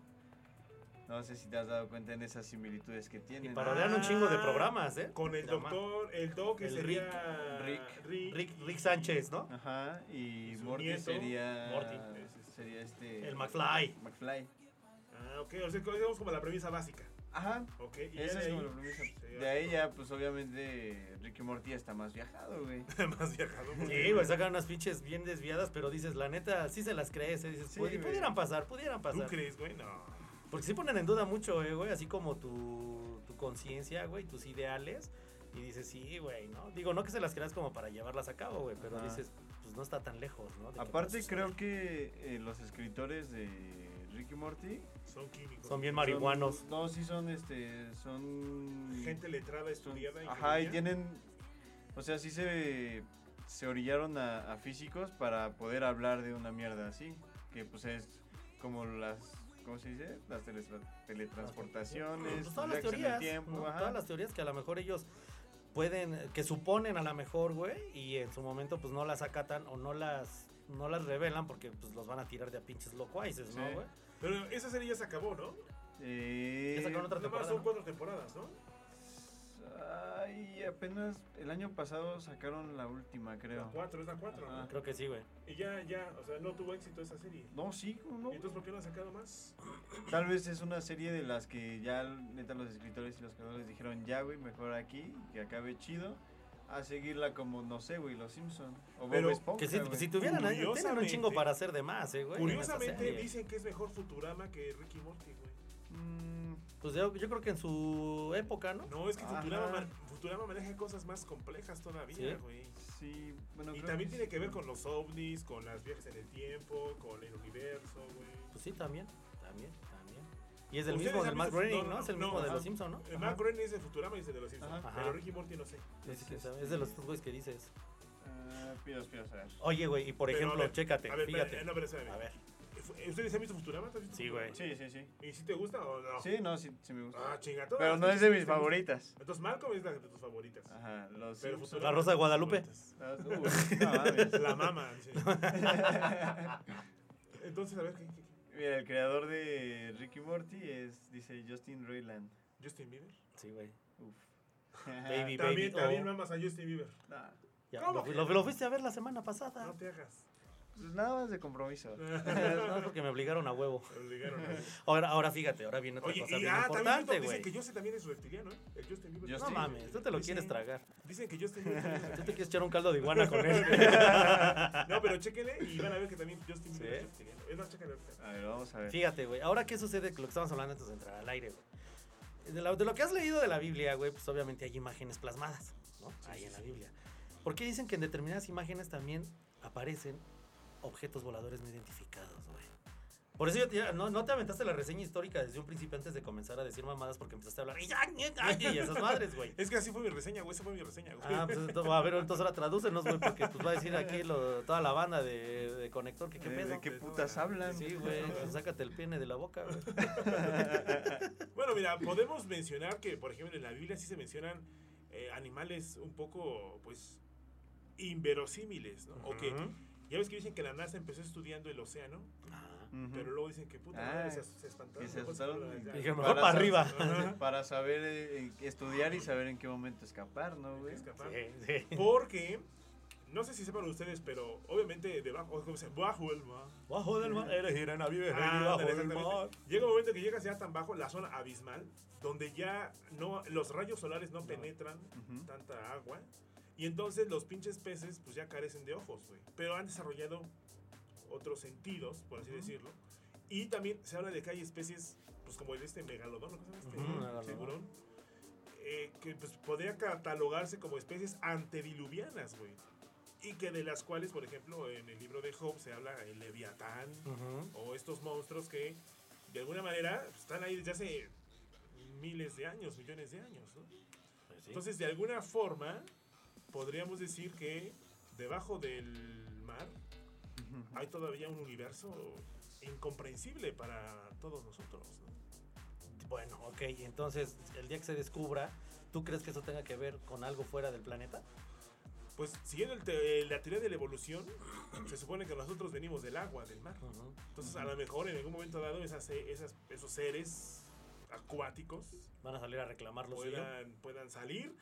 Speaker 4: No sé si te has dado cuenta en esas similitudes que
Speaker 1: Y
Speaker 4: tienen.
Speaker 1: parodian un chingo de programas, ¿eh?
Speaker 2: Con el
Speaker 1: La ma-
Speaker 2: doctor, el doc, que
Speaker 1: El
Speaker 2: sería.
Speaker 4: Rick.
Speaker 2: Rick.
Speaker 1: Rick, Rick Sánchez, ¿no?
Speaker 4: Ajá, y
Speaker 2: Su
Speaker 4: Morty
Speaker 2: nieto,
Speaker 4: sería...
Speaker 1: Morty.
Speaker 4: Sería este...
Speaker 1: El McFly.
Speaker 4: McFly.
Speaker 2: Ah, ok. O sea, digamos como la premisa básica.
Speaker 4: Ajá,
Speaker 2: Ok. Y ya
Speaker 4: Esa
Speaker 2: de
Speaker 4: es
Speaker 2: ahí-
Speaker 4: como la premisa.
Speaker 2: Sí,
Speaker 4: De ahí ya, pues obviamente, Ricky Morty ya está más viajado, güey.
Speaker 2: *laughs* Más viajado.
Speaker 1: Sí, güey, sacan unas pinches bien desviadas, pero dices, la neta, sí se las crees, eh, dices,
Speaker 4: Sí,
Speaker 1: "Pudi-
Speaker 4: güey.
Speaker 1: pudieran pasar, pudieran
Speaker 2: ¿Tú
Speaker 1: pasar.
Speaker 2: crees, güey? No.
Speaker 1: Porque sí ponen en duda mucho, eh, güey, así como tu, tu conciencia, güey, tus ideales, y dices, sí, güey, ¿no? Digo, no que se las creas como para llevarlas a cabo, güey, pero
Speaker 4: Ajá.
Speaker 1: dices, pues no está tan lejos, ¿no? De que pues,
Speaker 4: Aparte
Speaker 1: pueda
Speaker 4: creo
Speaker 1: suceder".
Speaker 4: que eh, los escritores de Ricky Morty
Speaker 2: Son químicos.
Speaker 1: Son bien marihuanos.
Speaker 4: son- no, sí son este son
Speaker 2: Gente letrada,
Speaker 4: son-
Speaker 2: estudiada.
Speaker 4: Ajá, y
Speaker 2: ingeniería.
Speaker 4: tienen o sea, sí se se orillaron a, a físicos para poder hablar de una mierda así, que pues es como las ¿cómo se dice? las telestra- teletransportaciones,
Speaker 1: Pues todas las
Speaker 4: viajes en el
Speaker 1: teorías,
Speaker 4: tiempo,
Speaker 1: ¿no?
Speaker 4: ajá.
Speaker 1: todas las teorías que a lo mejor ellos pueden, que suponen a lo mejor, güey, y en su momento pues no las acatan o no las no las revelan porque pues los van a tirar de a pinches locuaces, ¿no,
Speaker 4: Sí.
Speaker 1: güey?
Speaker 2: Pero esa serie ya se acabó, ¿no?
Speaker 4: Eh,
Speaker 1: Ya sacaron otra
Speaker 2: Nada
Speaker 1: temporada.
Speaker 2: más son
Speaker 1: ¿no?
Speaker 2: cuatro temporadas, ¿no?
Speaker 4: Ay, apenas el año pasado sacaron la última,
Speaker 2: La
Speaker 4: creo.
Speaker 2: cuatro, es la cuatro.
Speaker 4: Ajá.
Speaker 2: ¿no?
Speaker 1: Creo que sí, güey.
Speaker 2: Y ya, ya, o sea, no tuvo éxito esa serie.
Speaker 4: No, sí, ¿cómo no?
Speaker 2: ¿Y entonces por qué no han sacado más?
Speaker 4: Tal vez es una serie de las que ya neta los escritores y los creadores dijeron, ya, güey, mejor aquí, que acabe chido, a seguirla como, no sé, güey, Los Simpson o Bob
Speaker 2: Pero-
Speaker 4: Esponja,
Speaker 1: Que si,
Speaker 4: güey.
Speaker 1: si tuvieran ahí, tienen un
Speaker 2: Curiosamente-
Speaker 1: chingo para hacer de más, eh, güey. en esa
Speaker 2: Curiosamente
Speaker 1: serie.
Speaker 2: dicen que es mejor Futurama que Ricky Morty, güey.
Speaker 4: Mm,
Speaker 1: Pues yo, yo creo que en su época, ¿no?
Speaker 2: No, es que Futurama,
Speaker 4: Ajá.
Speaker 2: ma- Futurama maneja cosas más complejas todavía,
Speaker 1: Sí.
Speaker 2: güey.
Speaker 4: sí, bueno,
Speaker 2: Y
Speaker 4: creo
Speaker 2: también
Speaker 4: que
Speaker 2: tiene
Speaker 4: sí.
Speaker 2: que ver con los ovnis, con las viajes en el tiempo, con el universo, güey.
Speaker 1: Pues sí, también. También, también. Y es el
Speaker 2: ¿Ustedes
Speaker 1: mismo
Speaker 2: han
Speaker 1: del Matt
Speaker 2: visto-
Speaker 1: Groening,
Speaker 2: no,
Speaker 1: ¿no?
Speaker 2: no,
Speaker 1: Es el
Speaker 2: no,
Speaker 1: mismo de
Speaker 2: ajá.
Speaker 1: los Simpsons, ¿no?
Speaker 2: El Mark Groening es de Futurama y es el de los Simpsons.
Speaker 4: Ajá.
Speaker 2: Pero Ricky Morty no sé.
Speaker 1: Sí, sí, quién sabe. Es
Speaker 4: este,
Speaker 1: de los tres güeyes que dices.
Speaker 4: ah, pidos, pidos, a ver.
Speaker 1: Oye, güey, y por
Speaker 2: Pero,
Speaker 1: ejemplo,
Speaker 2: a ver,
Speaker 1: chécate,
Speaker 2: A ver,
Speaker 1: fíjate.
Speaker 2: espérate, no, pero espérame.
Speaker 1: a ver.
Speaker 2: ¿Ustedes han visto Futurama? ¿Tú has visto
Speaker 1: Sí,
Speaker 2: Futurama?
Speaker 1: güey.
Speaker 4: Sí, sí, sí.
Speaker 2: ¿Y si te gusta o no?
Speaker 4: Sí, no, sí, sí me gusta.
Speaker 2: Ah, chinga,
Speaker 4: Pero
Speaker 2: todas
Speaker 4: no
Speaker 2: las
Speaker 4: es de
Speaker 2: veces
Speaker 4: mis
Speaker 2: te gusta.
Speaker 4: favoritas.
Speaker 2: Entonces Malcolm es la de tus favoritas.
Speaker 4: Ajá, los
Speaker 2: Pero
Speaker 4: Simpsons.
Speaker 2: Futurama
Speaker 1: La Rosa de Guadalupe.
Speaker 2: es de tus
Speaker 4: Ah, tú, güey, no mames.
Speaker 2: favoritas. *laughs* Ah, La mama.
Speaker 1: *laughs*
Speaker 2: dice. Entonces, a ver, ¿qué, qué- qué?
Speaker 4: Mira, el creador de Ricky Morty es, dice Justin Roiland.
Speaker 2: justin Bieber?
Speaker 1: Sí, güey.
Speaker 4: Uf. *laughs*
Speaker 1: Baby,
Speaker 2: También,
Speaker 1: baby.
Speaker 2: también
Speaker 1: oh.
Speaker 2: mamas a Justin Bieber.
Speaker 4: Nah,
Speaker 1: Ya,
Speaker 2: ¿Cómo
Speaker 1: lo,
Speaker 2: que
Speaker 1: lo-
Speaker 2: no?
Speaker 1: lo fuiste a ver la semana pasada.
Speaker 2: No te hagas.
Speaker 4: pues nada más de compromiso.
Speaker 1: no, porque *laughs* me obligaron a huevo.
Speaker 2: Te obligaron a-
Speaker 1: Ahora, ahora fíjate, ahora viene otra
Speaker 2: Oye,
Speaker 1: cosa
Speaker 2: y
Speaker 1: bien
Speaker 2: ah, también
Speaker 1: importante,
Speaker 2: dicen- dicen
Speaker 1: güey.
Speaker 2: que Justin también es reptiliano, ¿eh? El Justin Bieber.
Speaker 1: No
Speaker 4: Justin.
Speaker 1: mames, tú te lo
Speaker 2: Dicen-
Speaker 1: quieres tragar.
Speaker 2: Dicen que Justin Bieber también es
Speaker 1: Tú
Speaker 2: reptiliano.
Speaker 1: te quieres echar un caldo de
Speaker 2: *laughs*
Speaker 1: iguana con él.
Speaker 4: *laughs*
Speaker 2: No, pero chequenle y van a ver que también Justin Bieber es
Speaker 1: Sí.
Speaker 2: reptiliano. Es más, chequenle ahorita.
Speaker 4: A ver, vamos a ver.
Speaker 1: Fíjate, güey. Ahora, ¿qué sucede con lo que estábamos hablando antes de entrar al aire, güey? De, la- de lo que has leído de la Biblia, güey, pues obviamente hay imágenes plasmadas, ¿no? Ahí en la Biblia. ¿Por qué dicen que en determinadas imágenes también aparecen objetos voladores no identificados, güey? Por eso yo te- ya, no, no te aventaste la reseña histórica desde un principio antes de comenzar a decir mamadas porque empezaste a hablar. Y esas madres,
Speaker 4: *laughs*
Speaker 1: güey.
Speaker 2: Es que así fue mi reseña, güey. Esa fue mi reseña, güey.
Speaker 1: Ah, pues entonces, a ver, entonces ahora tradúcenos, güey, porque pues va a decir aquí lo- toda la banda de, de Conector que qué
Speaker 4: ¿De, de
Speaker 1: pedo.
Speaker 4: qué putas hablan? *laughs*
Speaker 1: Sí, güey, pues, sácate el pene de la boca, güey.
Speaker 2: Bueno, mira, podemos mencionar que, por ejemplo, en la Biblia sí se mencionan eh, animales un poco, pues, inverosímiles, ¿no? O que, ya ves que dicen que la NASA empezó estudiando el océano,
Speaker 4: Ujú.
Speaker 2: pero luego dicen que, puta,
Speaker 4: Ah,
Speaker 2: madre, se, as- se espantaron.
Speaker 4: que se
Speaker 2: ¿no? Pues,
Speaker 4: asustaron
Speaker 2: la-
Speaker 4: y-
Speaker 2: la-
Speaker 1: Dijeron,
Speaker 2: la-
Speaker 1: mejor para
Speaker 4: sa-
Speaker 1: arriba.
Speaker 2: Ajá.
Speaker 4: *laughs* Para saber, eh, estudiar y saber en qué momento escapar, ¿no, güey?
Speaker 2: escapar.
Speaker 1: sí.
Speaker 2: Porque, no sé si sepan ustedes, pero obviamente debajo, o sea, bajo el mar.
Speaker 1: Bajo del mar, eres sirena, vives
Speaker 2: Ah, ándale, exactamente. Llega un momento que llegas ya tan bajo, la zona abismal, donde ya no, los rayos solares no penetran
Speaker 4: Ujú.
Speaker 2: tanta agua. Y entonces los pinches peces pues ya carecen de ojos, güey. Pero han desarrollado otros sentidos, por así decirlo. Y también se habla de que hay especies, pues como el este megalodón, ¿no? ¿Cómo se llama este?
Speaker 1: Ujú, megalodón.
Speaker 2: Tiburón, eh, que pues podría catalogarse como especies antediluvianas, güey. Y que de las cuales, por ejemplo, en el libro de Job se habla el leviatán, o estos monstruos que de alguna manera pues, están ahí desde hace miles de años, millones de años. ¿no? Entonces, de alguna forma, podríamos decir que debajo del mar hay todavía un universo incomprensible para todos nosotros. ¿no?
Speaker 1: Bueno, ok, entonces el día que se descubra, ¿tú crees que eso tenga que ver con algo fuera del planeta?
Speaker 2: Pues siguiendo el te- la teoría de la evolución, se supone que nosotros venimos del agua, del mar. Entonces, a lo mejor en algún momento dado, esas, esas- esos seres acuáticos
Speaker 1: Van a salir a reclamar lo suyo.
Speaker 2: puedan, puedan salir.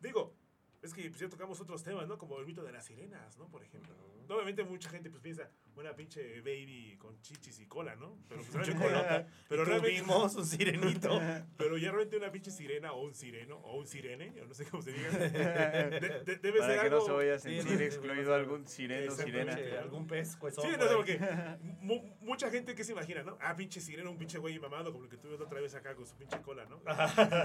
Speaker 2: Digo, es que pues, ya tocamos otros temas, ¿no? Como el mito de las sirenas, ¿no? Por ejemplo. No, Obviamente mucha gente pues piensa, una pinche baby con chichis y cola, ¿no? Pero, pues, realmente-
Speaker 1: Chocolata.
Speaker 2: pero, realmente,
Speaker 4: *laughs*
Speaker 1: Tuvimos un
Speaker 2: *laughs*
Speaker 1: sirenito.
Speaker 2: pero ya realmente una pinche sirena o un sireno o un sirene, yo no sé cómo se
Speaker 4: *laughs*
Speaker 2: diga. De- de- debe
Speaker 4: Para
Speaker 2: ser
Speaker 4: que
Speaker 2: algo...
Speaker 4: no se vaya a
Speaker 1: Sí,
Speaker 4: sentir
Speaker 1: no,
Speaker 4: excluido
Speaker 1: no, no,
Speaker 4: algún sireno o sirena.
Speaker 2: Exactamente.
Speaker 1: Algún pez, pues.
Speaker 2: Sí, no sé por qué.
Speaker 1: *laughs*
Speaker 2: Mu- mucha gente que se imagina, ¿no? Ah, pinche sireno, un pinche güey mamado como el que tuvimos la otra vez acá con su pinche cola, ¿no? *laughs*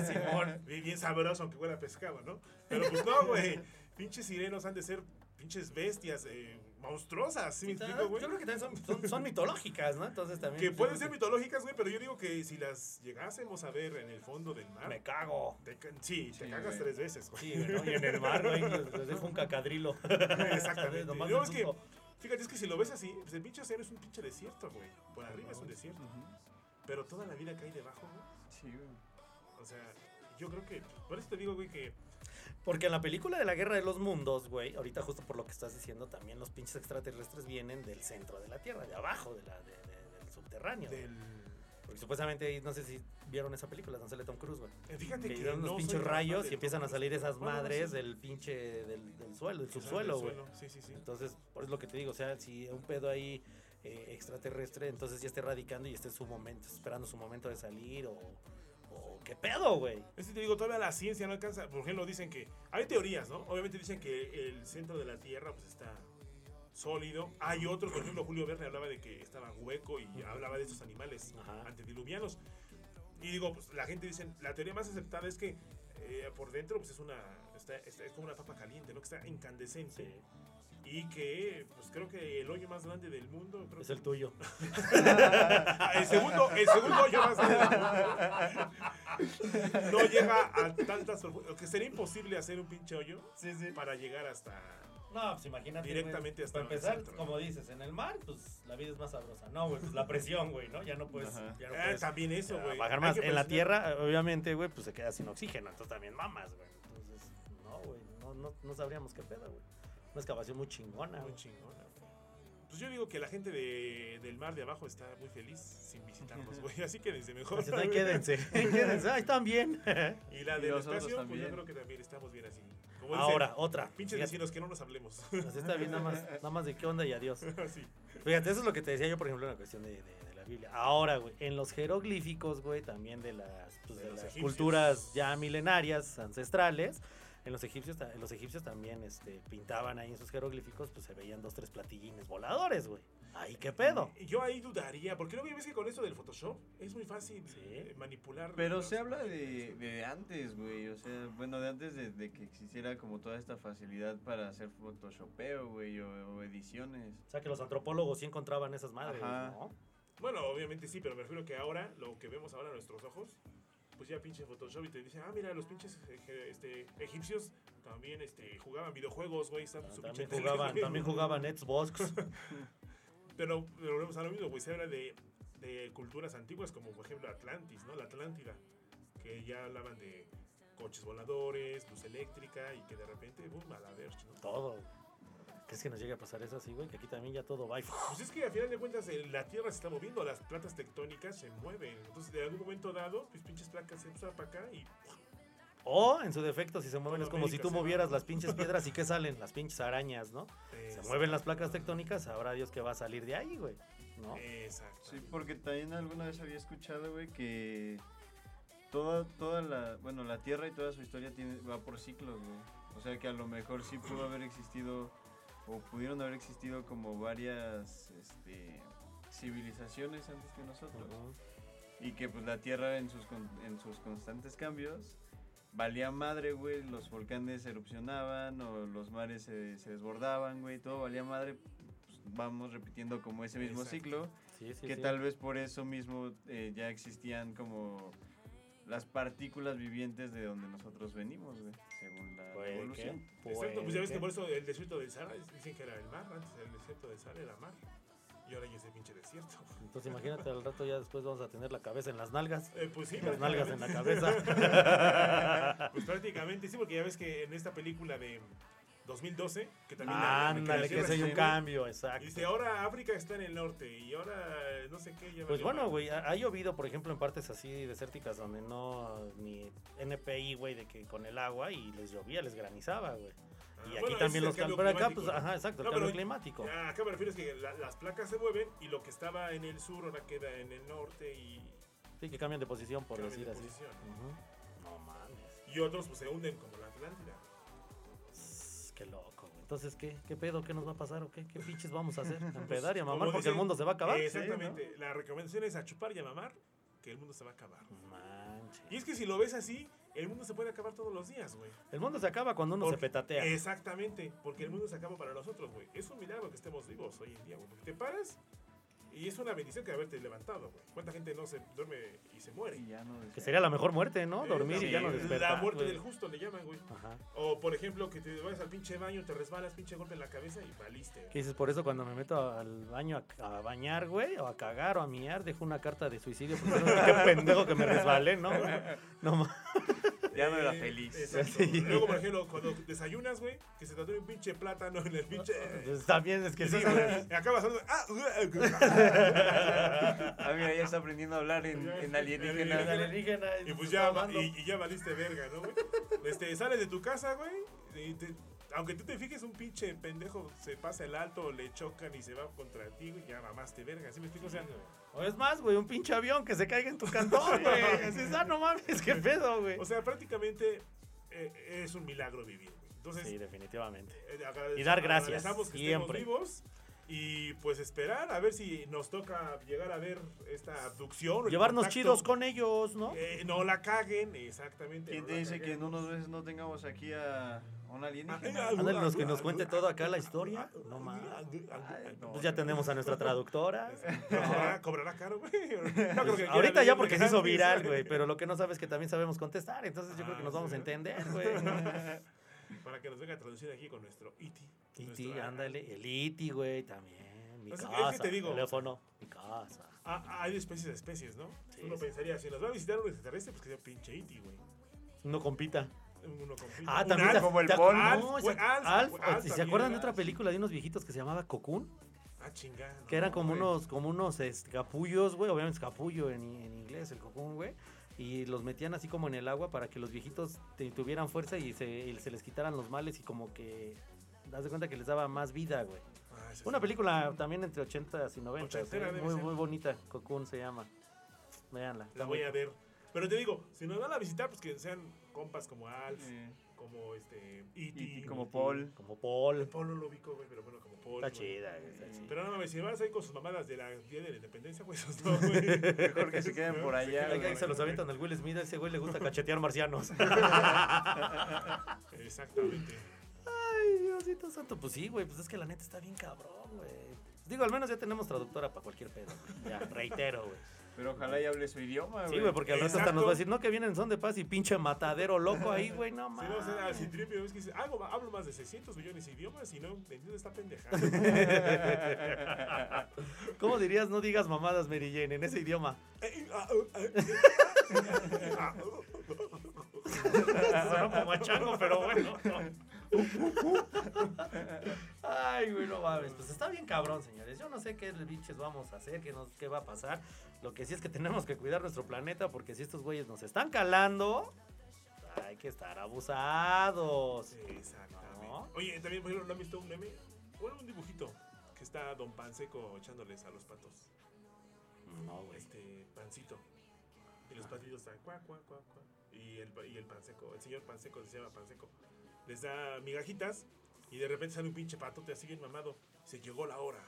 Speaker 1: Simón.
Speaker 2: Bien, bien sabroso, aunque huela a pescado, ¿no? Pero pues no, güey. Pinches sirenos han de ser pinches bestias eh, monstruosas, ¿sí me explico,
Speaker 1: Yo
Speaker 2: güey?
Speaker 1: creo que también son, son, son mitológicas, ¿no? Entonces también.
Speaker 2: Que pueden ser mitológicas, güey, pero yo digo que si las llegásemos a ver en el fondo del
Speaker 1: Me
Speaker 2: mar,
Speaker 1: cago.
Speaker 2: te ca- sí, te
Speaker 4: Sí,
Speaker 2: cagas
Speaker 4: güey.
Speaker 2: tres veces, güey.
Speaker 1: Sí, ¿no? y en el mar, güey, les dejo un cacadrilo.
Speaker 2: *laughs* Exactamente.
Speaker 1: Nomás
Speaker 2: No,
Speaker 1: del
Speaker 2: es que,
Speaker 1: susto.
Speaker 2: fíjate, es que si lo ves así, pues el pinche océano es un pinche desierto, güey. Por arriba es un desierto. Pero toda la vida que hay debajo, güey.
Speaker 4: Sí, güey.
Speaker 2: O sea, yo creo que, por eso te digo, güey, que
Speaker 1: Porque en la película de la Guerra de los Mundos, güey, ahorita justo por lo que estás diciendo, también los pinches extraterrestres vienen del centro de la Tierra, de abajo, de la, de- de- del subterráneo. güey.
Speaker 2: del...
Speaker 1: Porque supuestamente, ahí, no sé si vieron esa película, Don Tom Cruise, güey.
Speaker 2: eh, Fíjate
Speaker 1: Que
Speaker 2: que,
Speaker 1: dan unos
Speaker 2: no
Speaker 1: pinches
Speaker 2: soy fan
Speaker 1: rayos
Speaker 2: del-
Speaker 1: y empiezan a salir esas
Speaker 2: Bueno, no,
Speaker 1: madres
Speaker 2: sí.
Speaker 1: del pinche, del, del suelo, del
Speaker 2: Del
Speaker 1: subsuelo, güey.
Speaker 2: suelo, Sí, sí, sí.
Speaker 1: Entonces, por eso lo que te digo, o sea, si un pedo ahí eh, extraterrestre, entonces ya esté radicando y esté su momento, esperando su momento de salir o... o ¿Qué pedo, güey?
Speaker 2: Es que te digo, todavía la ciencia no alcanza. Por ejemplo, dicen que. Hay teorías, ¿no? Obviamente dicen que el centro de la Tierra pues está sólido. Hay otros, por ejemplo, Julio Verne hablaba de que estaba hueco y hablaba de estos animales
Speaker 1: Ajá.
Speaker 2: antediluvianos. Y digo, pues la gente dice, la teoría más aceptada es que eh, por dentro pues es una está- está- es como una papa caliente, ¿no? Que está incandescente. Y que, pues creo que el hoyo más grande del mundo. creo
Speaker 1: Es
Speaker 2: que-
Speaker 1: el tuyo.
Speaker 2: Ah, el segundo, el segundo hoyo más grande del mundo. No llega a tantas. profu- Que sería imposible hacer un pinche hoyo
Speaker 4: Sí, sí.
Speaker 2: para llegar hasta.
Speaker 1: No, pues imagínate. güey,
Speaker 2: Directamente hasta
Speaker 1: Para empezar,
Speaker 2: el centro, ¿no?
Speaker 1: como dices, en el mar, pues la vida es más sabrosa. No, güey, pues la presión, güey, ¿no? Ya no puedes.
Speaker 4: Ajá.
Speaker 1: Ya no
Speaker 2: Ah,
Speaker 1: puedes
Speaker 2: también eso,
Speaker 1: ya,
Speaker 2: güey.
Speaker 1: bajar
Speaker 2: Hay
Speaker 1: más.
Speaker 2: que
Speaker 1: En la
Speaker 2: presionar.
Speaker 1: tierra, obviamente, güey, pues se queda sin oxígeno. Entonces también mamas, güey. Entonces, no, güey, no, no, no sabríamos qué pedo, güey. Una excavación muy chingona,
Speaker 2: Muy
Speaker 1: güey.
Speaker 2: chingona, güey. Pues yo digo que la gente de- del mar de abajo está muy feliz sin
Speaker 1: *laughs*
Speaker 2: visitarnos, güey. Así que desde mejor.
Speaker 1: Entonces, ahí quédense, quédense, ahí están bien.
Speaker 2: Y la
Speaker 4: Y
Speaker 2: del
Speaker 4: nosotros
Speaker 2: espacio, pues yo
Speaker 4: también.
Speaker 2: creo que también estamos bien así. Como dicen,
Speaker 1: Ahora, otra.
Speaker 2: pinches
Speaker 1: Fíjate,
Speaker 2: vecinos que no nos hablemos. *laughs*
Speaker 1: pues, está bien, nada más, nada más de qué onda y adiós.
Speaker 2: Así.
Speaker 1: Fíjate, eso es lo que te decía yo, por ejemplo, en la cuestión de, de- de la Biblia. Ahora, güey, en los jeroglíficos, güey, también de las, pues,
Speaker 2: De
Speaker 1: de
Speaker 2: los
Speaker 1: las
Speaker 2: egipcios.
Speaker 1: culturas ya milenarias, ancestrales, en los egipcios, ta- en los egipcios también este, pintaban ahí en sus jeroglíficos, pues se veían dos, tres platillines voladores, güey. Ahí qué pedo.
Speaker 2: Y Yo ahí dudaría, porque no ves que con eso del Photoshop es muy fácil
Speaker 1: Sí.
Speaker 2: eh, manipular.
Speaker 4: Pero
Speaker 2: los-
Speaker 4: se habla de, de antes, güey. O sea, bueno, de antes de, de que existiera como toda esta facilidad para hacer photoshopeo, güey, o, o ediciones.
Speaker 1: O sea que los antropólogos sí encontraban esas madres,
Speaker 4: Ajá.
Speaker 1: ¿no?
Speaker 2: Bueno, obviamente sí, pero me refiero que ahora, lo que vemos ahora a nuestros ojos, pues ya pinche Photoshop y te dicen, ah, mira, los pinches eh, je- este, egipcios también este, jugaban videojuegos, güey. está su pinche
Speaker 1: Ah, También jugaban,
Speaker 2: tele,
Speaker 1: también jugaban Xbox.
Speaker 2: Pero pero volvemos a lo mismo, güey. Se habla de, de culturas antiguas, como por ejemplo Atlantis, ¿no? La Atlántida, que ya hablaban de coches voladores, luz eléctrica y que de repente, boom, a la verge, ¿no?
Speaker 1: todo. ¿Crees que nos llegue a pasar eso así, güey? Que aquí también ya todo va y...
Speaker 2: Pues es que al final de cuentas eh, la Tierra se está moviendo, las placas tectónicas se mueven. Entonces, de algún momento dado, pues pinches placas se empiezan para acá y
Speaker 1: O, en su defecto, si se mueven,
Speaker 2: Todo
Speaker 1: es como si
Speaker 2: América
Speaker 1: tú
Speaker 2: se va.
Speaker 1: movieras las pinches piedras y que salen las pinches arañas, ¿no? Se
Speaker 2: Exacto.
Speaker 1: mueven las placas tectónicas, sabrá Dios que va a salir de ahí, güey. ¿No?
Speaker 2: Exacto.
Speaker 4: Sí, porque también alguna vez había escuchado, güey, que toda, toda la, bueno, la Tierra y toda su historia tiene, va por ciclos, güey. O sea, que a lo mejor sí pudo haber existido, o pudieron haber existido como varias, este, civilizaciones antes que nosotros.
Speaker 1: Ujú.
Speaker 4: Y que pues la Tierra en sus, con- en sus constantes cambios valía madre, güey. Los volcanes erupcionaban o los mares se, se desbordaban, güey. Todo valía madre. Pues, vamos repitiendo como ese mismo
Speaker 2: Exacto.
Speaker 4: ciclo.
Speaker 1: Sí, sí,
Speaker 4: que
Speaker 1: sí.
Speaker 4: tal vez por eso mismo eh, ya existían como las partículas vivientes de donde nosotros venimos, güey. Según la
Speaker 1: Puede que,
Speaker 4: evolución.
Speaker 2: Exacto, pues
Speaker 1: puede
Speaker 2: ya ves que
Speaker 1: que.
Speaker 2: por eso el desierto del Sahara dicen que era el mar, antes el desierto del Sahara era mar. Y ahora ya es el pinche desierto. *laughs*
Speaker 1: Entonces imagínate, al rato ya después vamos a tener la cabeza en las nalgas.
Speaker 2: Eh, pues sí,
Speaker 1: Las nalgas en la
Speaker 2: prácticamente. *laughs*
Speaker 1: cabeza.
Speaker 2: Pues prácticamente sí, porque ya ves que en esta película de 2012, que también...
Speaker 1: Ándale, que
Speaker 2: se
Speaker 1: ese hay un cambio, exacto.
Speaker 2: Dice, ahora África está en el norte y ahora eh, no sé qué. ya
Speaker 1: Pues
Speaker 2: valió
Speaker 1: bueno,
Speaker 2: madre".
Speaker 1: güey, ha, ha llovido, por ejemplo, en partes así desérticas donde no ni NPI, güey, de que con el agua y les llovía, les granizaba, güey.
Speaker 2: Ah,
Speaker 1: Y aquí
Speaker 2: bueno, ese
Speaker 1: también
Speaker 2: es
Speaker 1: los
Speaker 2: el cambio
Speaker 1: cambios. Pero acá,
Speaker 2: climático,
Speaker 1: pues,
Speaker 2: ¿no?
Speaker 1: ajá, exacto, el
Speaker 2: No, pero
Speaker 1: cambio climático.
Speaker 2: Ah, Acá me refiero es que la- las placas se mueven y lo que estaba en el sur ahora queda en el norte y
Speaker 1: Sí, que cambian de posición, por
Speaker 2: cambian
Speaker 1: decir
Speaker 2: de
Speaker 1: así.
Speaker 2: posición.
Speaker 1: Ujú. No mames.
Speaker 2: Y otros pues, se hunden como la Atlántida.
Speaker 1: Sss, Qué loco, güey. Entonces, ¿qué? ¿Qué pedo? ¿Qué nos va a pasar o qué? ¿Qué pinches vamos a
Speaker 2: *laughs*
Speaker 1: hacer? ¿A pedar y a
Speaker 2: Como
Speaker 1: mamar porque el
Speaker 2: dicen,
Speaker 1: mundo se va a acabar?
Speaker 2: eh, Exactamente. La recomendación es a chupar y a mamar que el mundo se va a acabar.
Speaker 1: Manches.
Speaker 2: Y es que si lo ves así, el mundo se puede acabar todos los días, güey.
Speaker 1: El mundo se acaba cuando uno se
Speaker 2: Porque-
Speaker 1: petatea.
Speaker 2: Exactamente, porque el mundo se acaba para nosotros, güey. Es un milagro que estemos vivos hoy en día, güey. Porque te paras y es una bendición que haberte levantado, güey. ¿Cuánta gente no se duerme y se muere?
Speaker 4: Y ya no
Speaker 1: Que
Speaker 4: decía-
Speaker 1: sería la mejor muerte, ¿no? Dormir y
Speaker 2: Sí,
Speaker 1: ya no
Speaker 2: güey.
Speaker 1: despertar.
Speaker 2: La muerte
Speaker 1: güey.
Speaker 2: del justo le llaman, güey.
Speaker 1: Ajá.
Speaker 2: O por ejemplo, que te vayas al pinche baño, te resbalas, pinche golpe en la cabeza y valiste.
Speaker 1: ¿Qué dices? Por eso cuando me meto al baño a, a bañar, güey, o a cagar o a miar, dejo una carta de suicidio. Porque no,
Speaker 2: *laughs*
Speaker 1: qué pendejo que me resbalé, ¿no? No ma-
Speaker 4: Ya no era
Speaker 2: Eh,
Speaker 4: feliz.
Speaker 2: exacto.
Speaker 1: Sí.
Speaker 2: Luego, por ejemplo, cuando desayunas, güey, que se te atore un pinche plátano en el pinche. eh,
Speaker 1: pues, También es que sí,
Speaker 2: Y
Speaker 1: güey.
Speaker 2: Acabas hablando. Ah,
Speaker 1: *laughs*
Speaker 4: Ah, mira, ya está aprendiendo a hablar en, en alienígenas.
Speaker 2: Alienígena.
Speaker 1: Y
Speaker 2: Y pues ya, va- y, y ya valiste verga, ¿no, güey? Este, sales de tu casa, güey, y te- aunque tú te fijes, un pinche pendejo se pasa el alto, le chocan y se va contra ti, güey, ya mamaste verga, ¿sí me explico? O sea,
Speaker 1: O es más, güey, un pinche avión que se caiga en tu cantón, güey. Así está, no mames, qué pedo, güey.
Speaker 2: o sea, prácticamente eh, es un milagro vivir, güey. Entonces,
Speaker 1: Sí, definitivamente.
Speaker 2: eh, agradece-
Speaker 1: Y dar gracias,
Speaker 2: agradezcamos que
Speaker 1: siempre.
Speaker 2: estemos vivos Y pues esperar a ver si nos toca llegar a ver esta abducción. o el
Speaker 1: Llevarnos
Speaker 2: contacto.
Speaker 1: chidos con ellos, ¿no?
Speaker 2: Eh, no la caguen, exactamente.
Speaker 4: ¿Quién
Speaker 2: no
Speaker 4: te
Speaker 2: la
Speaker 4: dice que
Speaker 2: *laughs*
Speaker 4: en
Speaker 2: caguemos.
Speaker 4: unos meses no tengamos aquí a a un
Speaker 2: Ah,
Speaker 4: alienígena?
Speaker 2: algo-
Speaker 1: Ándale, los
Speaker 2: algo-
Speaker 1: que nos
Speaker 2: algo-
Speaker 1: cuente
Speaker 2: algo-
Speaker 1: todo acá la historia.
Speaker 2: algo-
Speaker 1: No
Speaker 2: algo-
Speaker 1: más.
Speaker 2: algo- algo-
Speaker 4: no.
Speaker 1: Pues ya tenemos a nuestra traductora.
Speaker 2: *laughs* Cobrará, cobrará caro, güey. *laughs* No creo que quiera
Speaker 1: Pues, Ahorita
Speaker 2: vivir
Speaker 1: ya porque se hizo
Speaker 2: gratis.
Speaker 1: viral, güey. Pero lo que no sabes es que también sabemos contestar. Entonces yo creo que
Speaker 2: Ah,
Speaker 1: nos vamos a
Speaker 2: sí. *laughs*
Speaker 1: entender, güey.
Speaker 2: Para que nos venga a traducir aquí con nuestro iti
Speaker 1: Iti,
Speaker 2: nuestro-
Speaker 1: E ándale. El Iti, güey, también. Mi
Speaker 2: Es que- es que
Speaker 1: casa.
Speaker 2: te digo-
Speaker 1: Teléfono. Mi casa.
Speaker 2: Ah, ah, hay especies de especies, ¿no?
Speaker 1: Sí,
Speaker 2: Uno
Speaker 1: sí.
Speaker 2: pensaría, si nos va a visitar un extraterrestre, pues que sea pinche iti güey.
Speaker 1: No compita.
Speaker 2: Uno con pinche-
Speaker 1: Ah,
Speaker 2: un
Speaker 1: también.
Speaker 2: alf.
Speaker 1: te-
Speaker 4: como el
Speaker 1: te-
Speaker 4: Bond.
Speaker 1: no,
Speaker 2: Alf,
Speaker 1: esa-
Speaker 2: güey, Alf,
Speaker 1: Alf,
Speaker 2: güey, Alf
Speaker 1: ¿Se
Speaker 2: también
Speaker 1: acuerdan de
Speaker 2: era
Speaker 1: otra
Speaker 2: Alf.
Speaker 1: película de unos viejitos que se llamaba Cocoon?
Speaker 2: Ah, chingada.
Speaker 1: Que eran como
Speaker 4: güey.
Speaker 1: unos, como unos este, capullos, güey. Obviamente es capullo en, en inglés, el cocún, güey. Y los metían así como en el agua para que los viejitos te- tuvieran fuerza y se, y se les quitaran los males y como que... Das de cuenta que les daba más vida, güey.
Speaker 2: Ah, ese
Speaker 1: Una
Speaker 2: sí.
Speaker 1: película también entre 80s y 90
Speaker 2: Ochentera debe
Speaker 1: Muy,
Speaker 2: ser.
Speaker 1: muy bonita. Cocoon se llama. Veanla.
Speaker 2: La voy a ver. Pero te digo, si nos van a visitar, pues que sean compas como Alf,
Speaker 4: Sí.
Speaker 2: como este
Speaker 4: E.T.,
Speaker 2: E.T.
Speaker 4: Eh, como Paul.
Speaker 1: Como Paul.
Speaker 2: Paul no lo ubico, güey, pero bueno, como Paul.
Speaker 1: Está
Speaker 2: güey.
Speaker 1: chida, güey, está chida.
Speaker 2: Pero no mames, si vas ahí con sus mamadas de la Día de la Independencia, güey, esos no, güey.
Speaker 4: *laughs*
Speaker 2: Mejor
Speaker 4: que se queden por allá,
Speaker 2: queden
Speaker 4: güey.
Speaker 1: Ahí
Speaker 2: por
Speaker 1: se los
Speaker 2: allá,
Speaker 1: avientan al Will Smith, a ese güey le gusta cachetear marcianos.
Speaker 2: güey. Exactamente.
Speaker 1: Ay, Diosito santo. Pues sí, güey, pues es que la neta está bien cabrón, güey. Pues digo, al menos ya tenemos traductora para cualquier pedo. güey. *laughs* Ya, reitero, güey.
Speaker 4: Pero ojalá y hable su idioma, güey.
Speaker 1: Sí, Ah, güey,
Speaker 4: *laughs*
Speaker 1: porque al rato hasta nos va
Speaker 2: Exacto.
Speaker 1: a decir, no, que vienen son de paz y pinche matadero loco ahí, güey, no
Speaker 2: Si
Speaker 1: mames.
Speaker 2: no, o sea, si tripio, es que dice, "Hago- hablo más de 600 millones de idiomas y no entiendo esta
Speaker 1: *laughs*
Speaker 2: pendejada.
Speaker 4: Ah,
Speaker 1: ¿Cómo dirías, no digas mamadas, Mary Jane, en ese idioma? *laughs*
Speaker 2: Eh, ah, oh,
Speaker 1: Sonó como a chango, *laughs* pero bueno. Ay, güey, no mames. Pues está bien cabrón, señores. Yo no sé qué biches vamos a hacer, qué, nos, qué va a pasar. Lo que sí es que tenemos que cuidar nuestro planeta porque si estos güeyes nos están calando, hay que estar abusados.
Speaker 2: Exactamente.
Speaker 1: ¿No?
Speaker 2: Oye, también, por ejemplo, ¿no han visto un meme? Bueno, un dibujito que está Don Panseco echándoles a los patos.
Speaker 1: No, güey. Ah.
Speaker 2: Este, pancito. Y los patitos están cuac, cuac, cuac, cuac. Y el, pa- y el Panseco, el señor Panseco, se llama Panseco, les da migajitas y de repente sale un pinche patote así bien mamado. Se llegó la hora.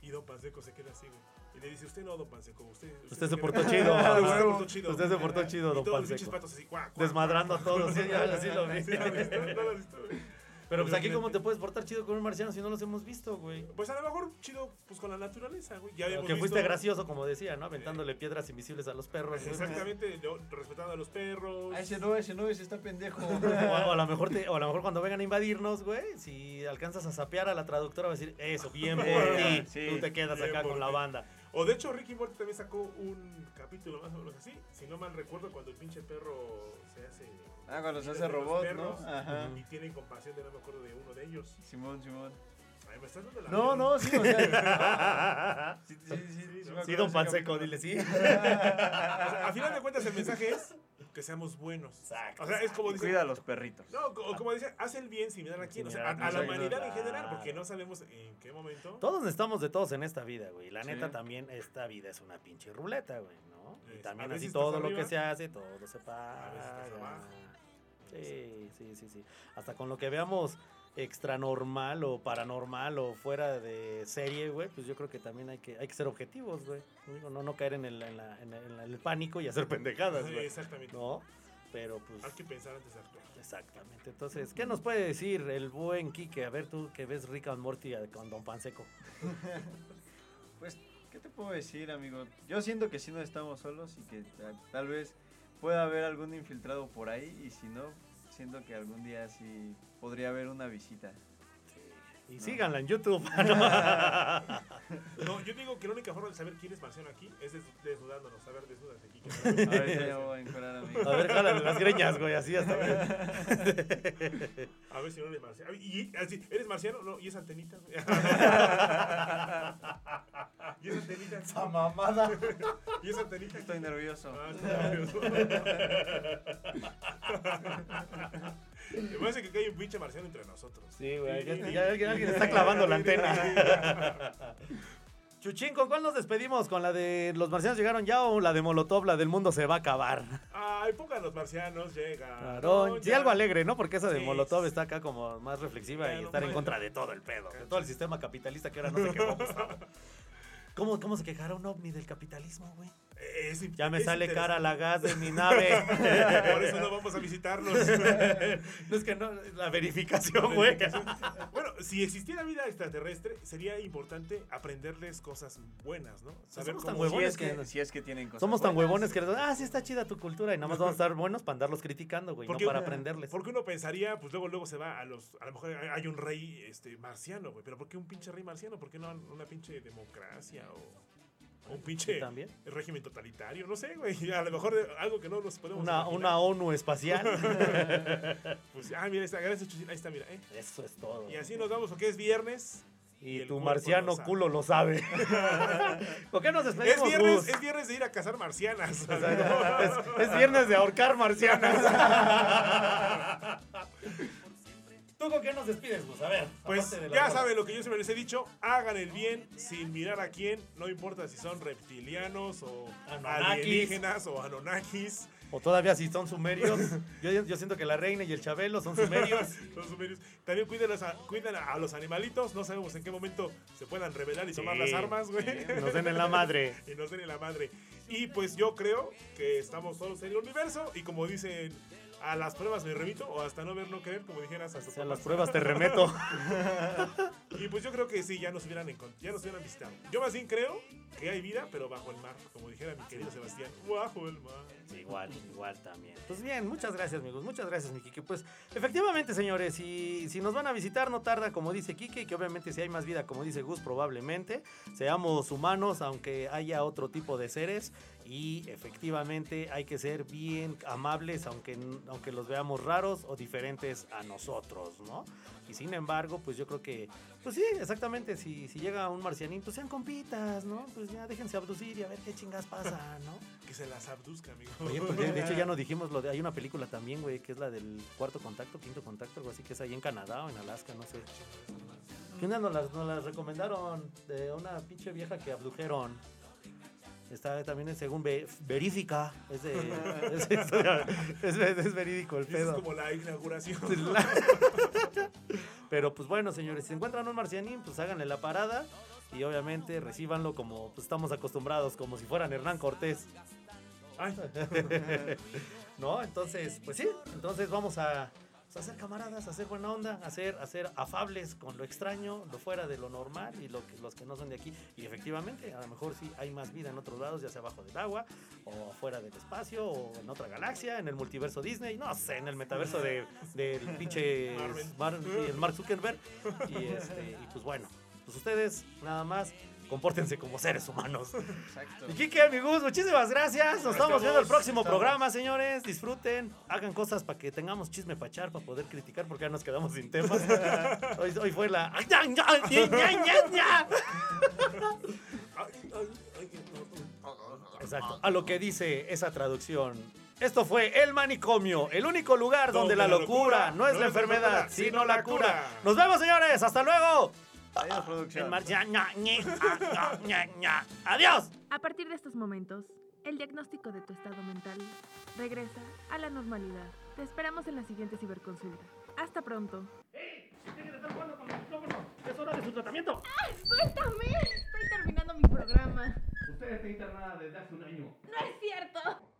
Speaker 2: Y Don Panseco se queda así, güey. Y le dice, usted no, Don Panseco, usted...
Speaker 1: Usted se
Speaker 2: queda-
Speaker 1: portó chido.
Speaker 2: *laughs* Usted
Speaker 1: güey.
Speaker 2: se portó chido.
Speaker 1: Usted se portó
Speaker 2: Y
Speaker 1: chido, don
Speaker 2: todos los pinches
Speaker 1: Panseco.
Speaker 2: patos así, cuac, cuac,
Speaker 1: Desmadrando a todos. Sí, ya, sí lo vi.
Speaker 2: Sí, lo has visto, no lo has visto, güey.
Speaker 1: Pero pues aquí, ¿cómo te puedes portar chido con un marciano si no los hemos visto, güey?
Speaker 2: Pues a lo mejor chido, pues con la naturaleza, güey. Ya
Speaker 1: Pero
Speaker 2: habíamos
Speaker 1: Que fuiste
Speaker 2: visto-
Speaker 1: gracioso, como decía, ¿no? Aventándole piedras invisibles a los perros. güey.
Speaker 2: Exactamente, yo, respetando a los perros.
Speaker 4: Ah, ese no, ese no, ese está pendejo.
Speaker 1: O a, o a lo mejor te- o a lo mejor cuando vengan a invadirnos, güey, si alcanzas a sapear a la traductora, va a decir, eso, bien por
Speaker 4: Sí,
Speaker 1: ti.
Speaker 4: sí.
Speaker 1: Tú te quedas
Speaker 2: Bien
Speaker 1: acá
Speaker 2: por
Speaker 1: con la
Speaker 2: ti.
Speaker 1: banda.
Speaker 2: O de hecho, Ricky Morty también sacó un capítulo más o menos así. Si no mal recuerdo, cuando el pinche perro se hace.
Speaker 4: Ah, cuando se
Speaker 2: líder
Speaker 4: hace
Speaker 2: de los
Speaker 4: robot,
Speaker 2: perros,
Speaker 4: ¿no? Ajá.
Speaker 2: Y tienen compasión de no me acuerdo de uno de ellos.
Speaker 4: Simón, Simón.
Speaker 2: Ay, me estás dando la.
Speaker 4: No,
Speaker 2: mierda.
Speaker 4: no, sí, o sea. Sí, sí, sí, sí,
Speaker 1: *laughs*
Speaker 4: me
Speaker 1: Sí,
Speaker 4: acuerdo
Speaker 1: don
Speaker 4: ese
Speaker 1: Panseco,
Speaker 4: capítulo. *laughs*
Speaker 1: dile sí.
Speaker 2: O sea, a final de cuentas, el mensaje es que seamos buenos.
Speaker 1: Exacto,
Speaker 2: O sea, es como dice.
Speaker 4: Cuida a los perritos.
Speaker 2: No, o como dice, haz el bien sin mirar a quién. O sea, a, a la
Speaker 4: Exacto.
Speaker 2: humanidad en general,
Speaker 1: Claro.
Speaker 2: porque no sabemos en qué momento.
Speaker 1: Todos necesitamos de todos en esta vida, güey. La neta
Speaker 4: Sí.
Speaker 1: también esta vida es una pinche ruleta, güey, ¿no? Y
Speaker 2: Es-
Speaker 1: también
Speaker 2: a veces
Speaker 1: así
Speaker 2: estás
Speaker 1: todo lo que
Speaker 2: arriba,
Speaker 1: se hace, todo se paga.
Speaker 2: a veces estás abajo.
Speaker 1: Sí, sí, sí, sí. Hasta con lo que veamos extranormal o paranormal o fuera de serie, güey, pues yo creo que también hay que, hay que ser objetivos, güey. Digo, no, no caer en el, en la- en el- en el pánico y hacer pendejadas,
Speaker 2: Sí,
Speaker 1: güey.
Speaker 2: Exactamente.
Speaker 1: ¿No? Pero
Speaker 2: Hay
Speaker 1: pues...
Speaker 2: que pensar antes de actuar.
Speaker 1: Exactamente. Entonces, ¿qué nos puede decir el buen Quique? A ver, tú que ves Rick and Morty eh, con Don Panseco.
Speaker 4: Pues, ¿qué te puedo decir, amigo? Yo siento que sí no estamos solos y que ta- tal vez pueda haber algún infiltrado por ahí y si no, siento que algún día sí podría haber una visita.
Speaker 1: Y
Speaker 4: No.
Speaker 1: síganla en YouTube. *laughs*
Speaker 2: No, yo digo que la única forma de saber quién es marciano aquí es des- desnudándonos. A ver, desnudas aquí.
Speaker 4: *laughs* A ver, ya voy a encuadrar, amigo.
Speaker 1: A ver, jálale las greñas, güey, así hasta
Speaker 4: *laughs*
Speaker 1: ver.
Speaker 2: A ver si no eres marciano. Y, así, ¿Eres marciano? No, y es antenita. *laughs* güey. y es antenita.
Speaker 4: mamada.
Speaker 2: Y es antenita.
Speaker 4: Estoy nervioso.
Speaker 2: Ah, estoy nervioso. Me parece que hay un pinche marciano entre nosotros.
Speaker 1: Sí, güey, ya, ya alguien, alguien está clavando la antena. Chuchín, ¿con cuál nos despedimos? ¿Con la de los marcianos llegaron ya o la de Molotov, la del mundo se va a acabar?
Speaker 2: Ah, la época de los marcianos llega.
Speaker 1: Claro, sí, algo alegre, ¿no? Porque esa de
Speaker 2: Sí,
Speaker 1: Molotov
Speaker 2: sí.
Speaker 1: está acá como más reflexiva y
Speaker 2: Claro,
Speaker 1: estar en
Speaker 2: bueno.
Speaker 1: contra de todo el pedo, de todo el sistema capitalista que ahora no se quejó Gustavo. *laughs* ¿Cómo, ¿Cómo se quejará un ovni del capitalismo, güey?
Speaker 2: Es-
Speaker 1: Ya me
Speaker 2: es
Speaker 1: sale cara la gas de mi
Speaker 2: interesante.
Speaker 1: nave.
Speaker 2: Por eso no vamos a visitarlos.
Speaker 1: *laughs* No es que no, la verificación, güey.
Speaker 2: bueno, si existiera vida extraterrestre, sería importante aprenderles cosas buenas, ¿no? Saber
Speaker 1: Pues somos tan
Speaker 2: cómo
Speaker 4: Si
Speaker 1: huevones
Speaker 4: es que,
Speaker 1: que-
Speaker 4: si es que tienen cosas
Speaker 1: Somos tan
Speaker 4: buenas.
Speaker 1: huevones que... Ah, sí, está chida tu cultura y nada más vamos a estar buenos para andarlos criticando, güey, no
Speaker 2: Porque-
Speaker 1: para aprenderles.
Speaker 2: Porque uno pensaría, pues luego luego se va a los a lo mejor hay un rey este marciano, güey, pero ¿por qué un pinche rey marciano? ¿Por qué no una pinche democracia o, o un pinche
Speaker 1: también.
Speaker 2: régimen totalitario? No sé, güey, *laughs* a lo mejor eh, algo que no nos podemos
Speaker 1: Una, una
Speaker 2: imaginar.
Speaker 1: ONU espacial. *laughs*
Speaker 2: Pues, ah, mira, ahí está, gracias, Chuchín, ahí está, mira, eh.
Speaker 1: Eso es todo.
Speaker 2: Y así nos vamos porque es viernes.
Speaker 1: Y
Speaker 2: el
Speaker 1: tu
Speaker 2: cuerpo
Speaker 1: marciano
Speaker 2: lo sabe.
Speaker 1: culo lo
Speaker 2: *laughs*
Speaker 1: sabe. ¿Por qué nos
Speaker 2: Es
Speaker 1: despedimos,
Speaker 2: viernes,
Speaker 1: Gus?
Speaker 2: es viernes de ir a cazar marcianas.
Speaker 1: *laughs* O sea, es, es viernes de ahorcar marcianas. *laughs* ¿Tú con qué nos despides, Gus? A ver.
Speaker 2: Pues
Speaker 1: aparte de la
Speaker 2: ya
Speaker 1: broma.
Speaker 2: saben lo que yo siempre les he dicho, hagan el bien sin mirar a quién, no importa si son reptilianos o
Speaker 1: Anunnakis.
Speaker 2: alienígenas o anonakis,
Speaker 1: O todavía si son sumerios. Yo, yo siento que la reina y el chabelo son sumerios.
Speaker 2: *laughs* los sumerios. También cuiden, a, cuiden a los animalitos, no sabemos en qué momento se puedan rebelar y tomar las armas, güey.
Speaker 1: Nos den en la madre.
Speaker 2: *laughs* y nos den en la madre. Y pues yo creo que estamos solos en el universo y como dicen, a las pruebas me remito o hasta no ver, no creer, como dijeras, hasta
Speaker 1: O sea,
Speaker 2: tu
Speaker 1: las
Speaker 2: papá.
Speaker 1: pruebas
Speaker 2: *laughs*
Speaker 1: te remeto.
Speaker 2: Y pues yo creo que sí, ya nos hubieran, encon- ya nos hubieran visitado. Yo más bien creo que hay vida, pero bajo el mar, como dijera mi querido Sebastián. Bajo el mar.
Speaker 1: Igual, igual también. Pues bien, muchas gracias, amigos. Muchas gracias, mi Kike. Pues efectivamente, señores, si, si nos van a visitar, no tarda, como dice Kike, que obviamente si hay más vida, como dice Gus, probablemente seamos humanos, aunque haya otro tipo de seres. Y efectivamente hay que ser bien amables, aunque, n- aunque los veamos raros o diferentes a nosotros, ¿no? Y sin embargo, pues yo creo que, pues sí, exactamente, si, si llega un marcianín, pues sean compitas, ¿no? Pues ya déjense abducir y a ver qué chingas pasa, ¿no?
Speaker 2: Que se las abduzca, amigo.
Speaker 1: Oye, pues de, de hecho ya no dijimos lo de. Hay una película también, güey, que es la del cuarto contacto, quinto contacto, algo así, que es ahí en Canadá o en Alaska, no sé. Que una nos las, nos las recomendaron de una pinche vieja que abdujeron. Está también, según ve- verifica, es, de, *laughs* es, es- es verídico el
Speaker 2: *laughs* Esa es
Speaker 1: pedo. Pues
Speaker 2: como la inauguración.
Speaker 1: Pero pues bueno, señores, si encuentran un marcianín, pues háganle la parada y obviamente recíbanlo como pues, estamos acostumbrados, como si fueran Hernán Cortés.
Speaker 2: Ay,
Speaker 1: *laughs* ¿No? Entonces, pues sí, entonces vamos a, pues, a ser camaradas, a ser buena onda, a ser, a ser afables con lo extraño, lo fuera de lo normal y lo que, los que no son de aquí. Y efectivamente, a lo mejor sí hay más vida en otros lados, ya sea abajo del agua, o fuera del espacio, o en otra galaxia, en el multiverso Disney, no sé, en el metaverso de, del pinche Mar-
Speaker 2: Marvel.
Speaker 1: y el Mark Zuckerberg. Y, este, y pues bueno, pues ustedes nada más. Compórtense como seres humanos.
Speaker 4: Exacto.
Speaker 1: Y Kike, amigos, muchísimas gracias. Nos estamos viendo el próximo
Speaker 4: estamos.
Speaker 1: programa, señores. Disfruten, hagan cosas para que tengamos chisme para echar, para poder criticar, porque ya nos quedamos sin temas. hoy, hoy fue la.
Speaker 2: ay, *laughs* ay, ay, no, no.
Speaker 1: Exacto. A lo que dice esa traducción. Esto fue El Manicomio, el único lugar donde, la locura, no es la enfermedad, sino la cura. Nos vemos, señores. Hasta luego.
Speaker 4: Adiós, producción.
Speaker 1: En marcha. ah, Adiós.
Speaker 6: A partir de estos momentos, el diagnóstico de tu estado mental regresa a la normalidad. Te esperamos en la siguiente ciberconsulta. Hasta pronto.
Speaker 1: Es hora de su tratamiento.
Speaker 6: Estoy terminando mi programa.
Speaker 1: Usted está internada desde hace un año.
Speaker 6: ¡No es cierto!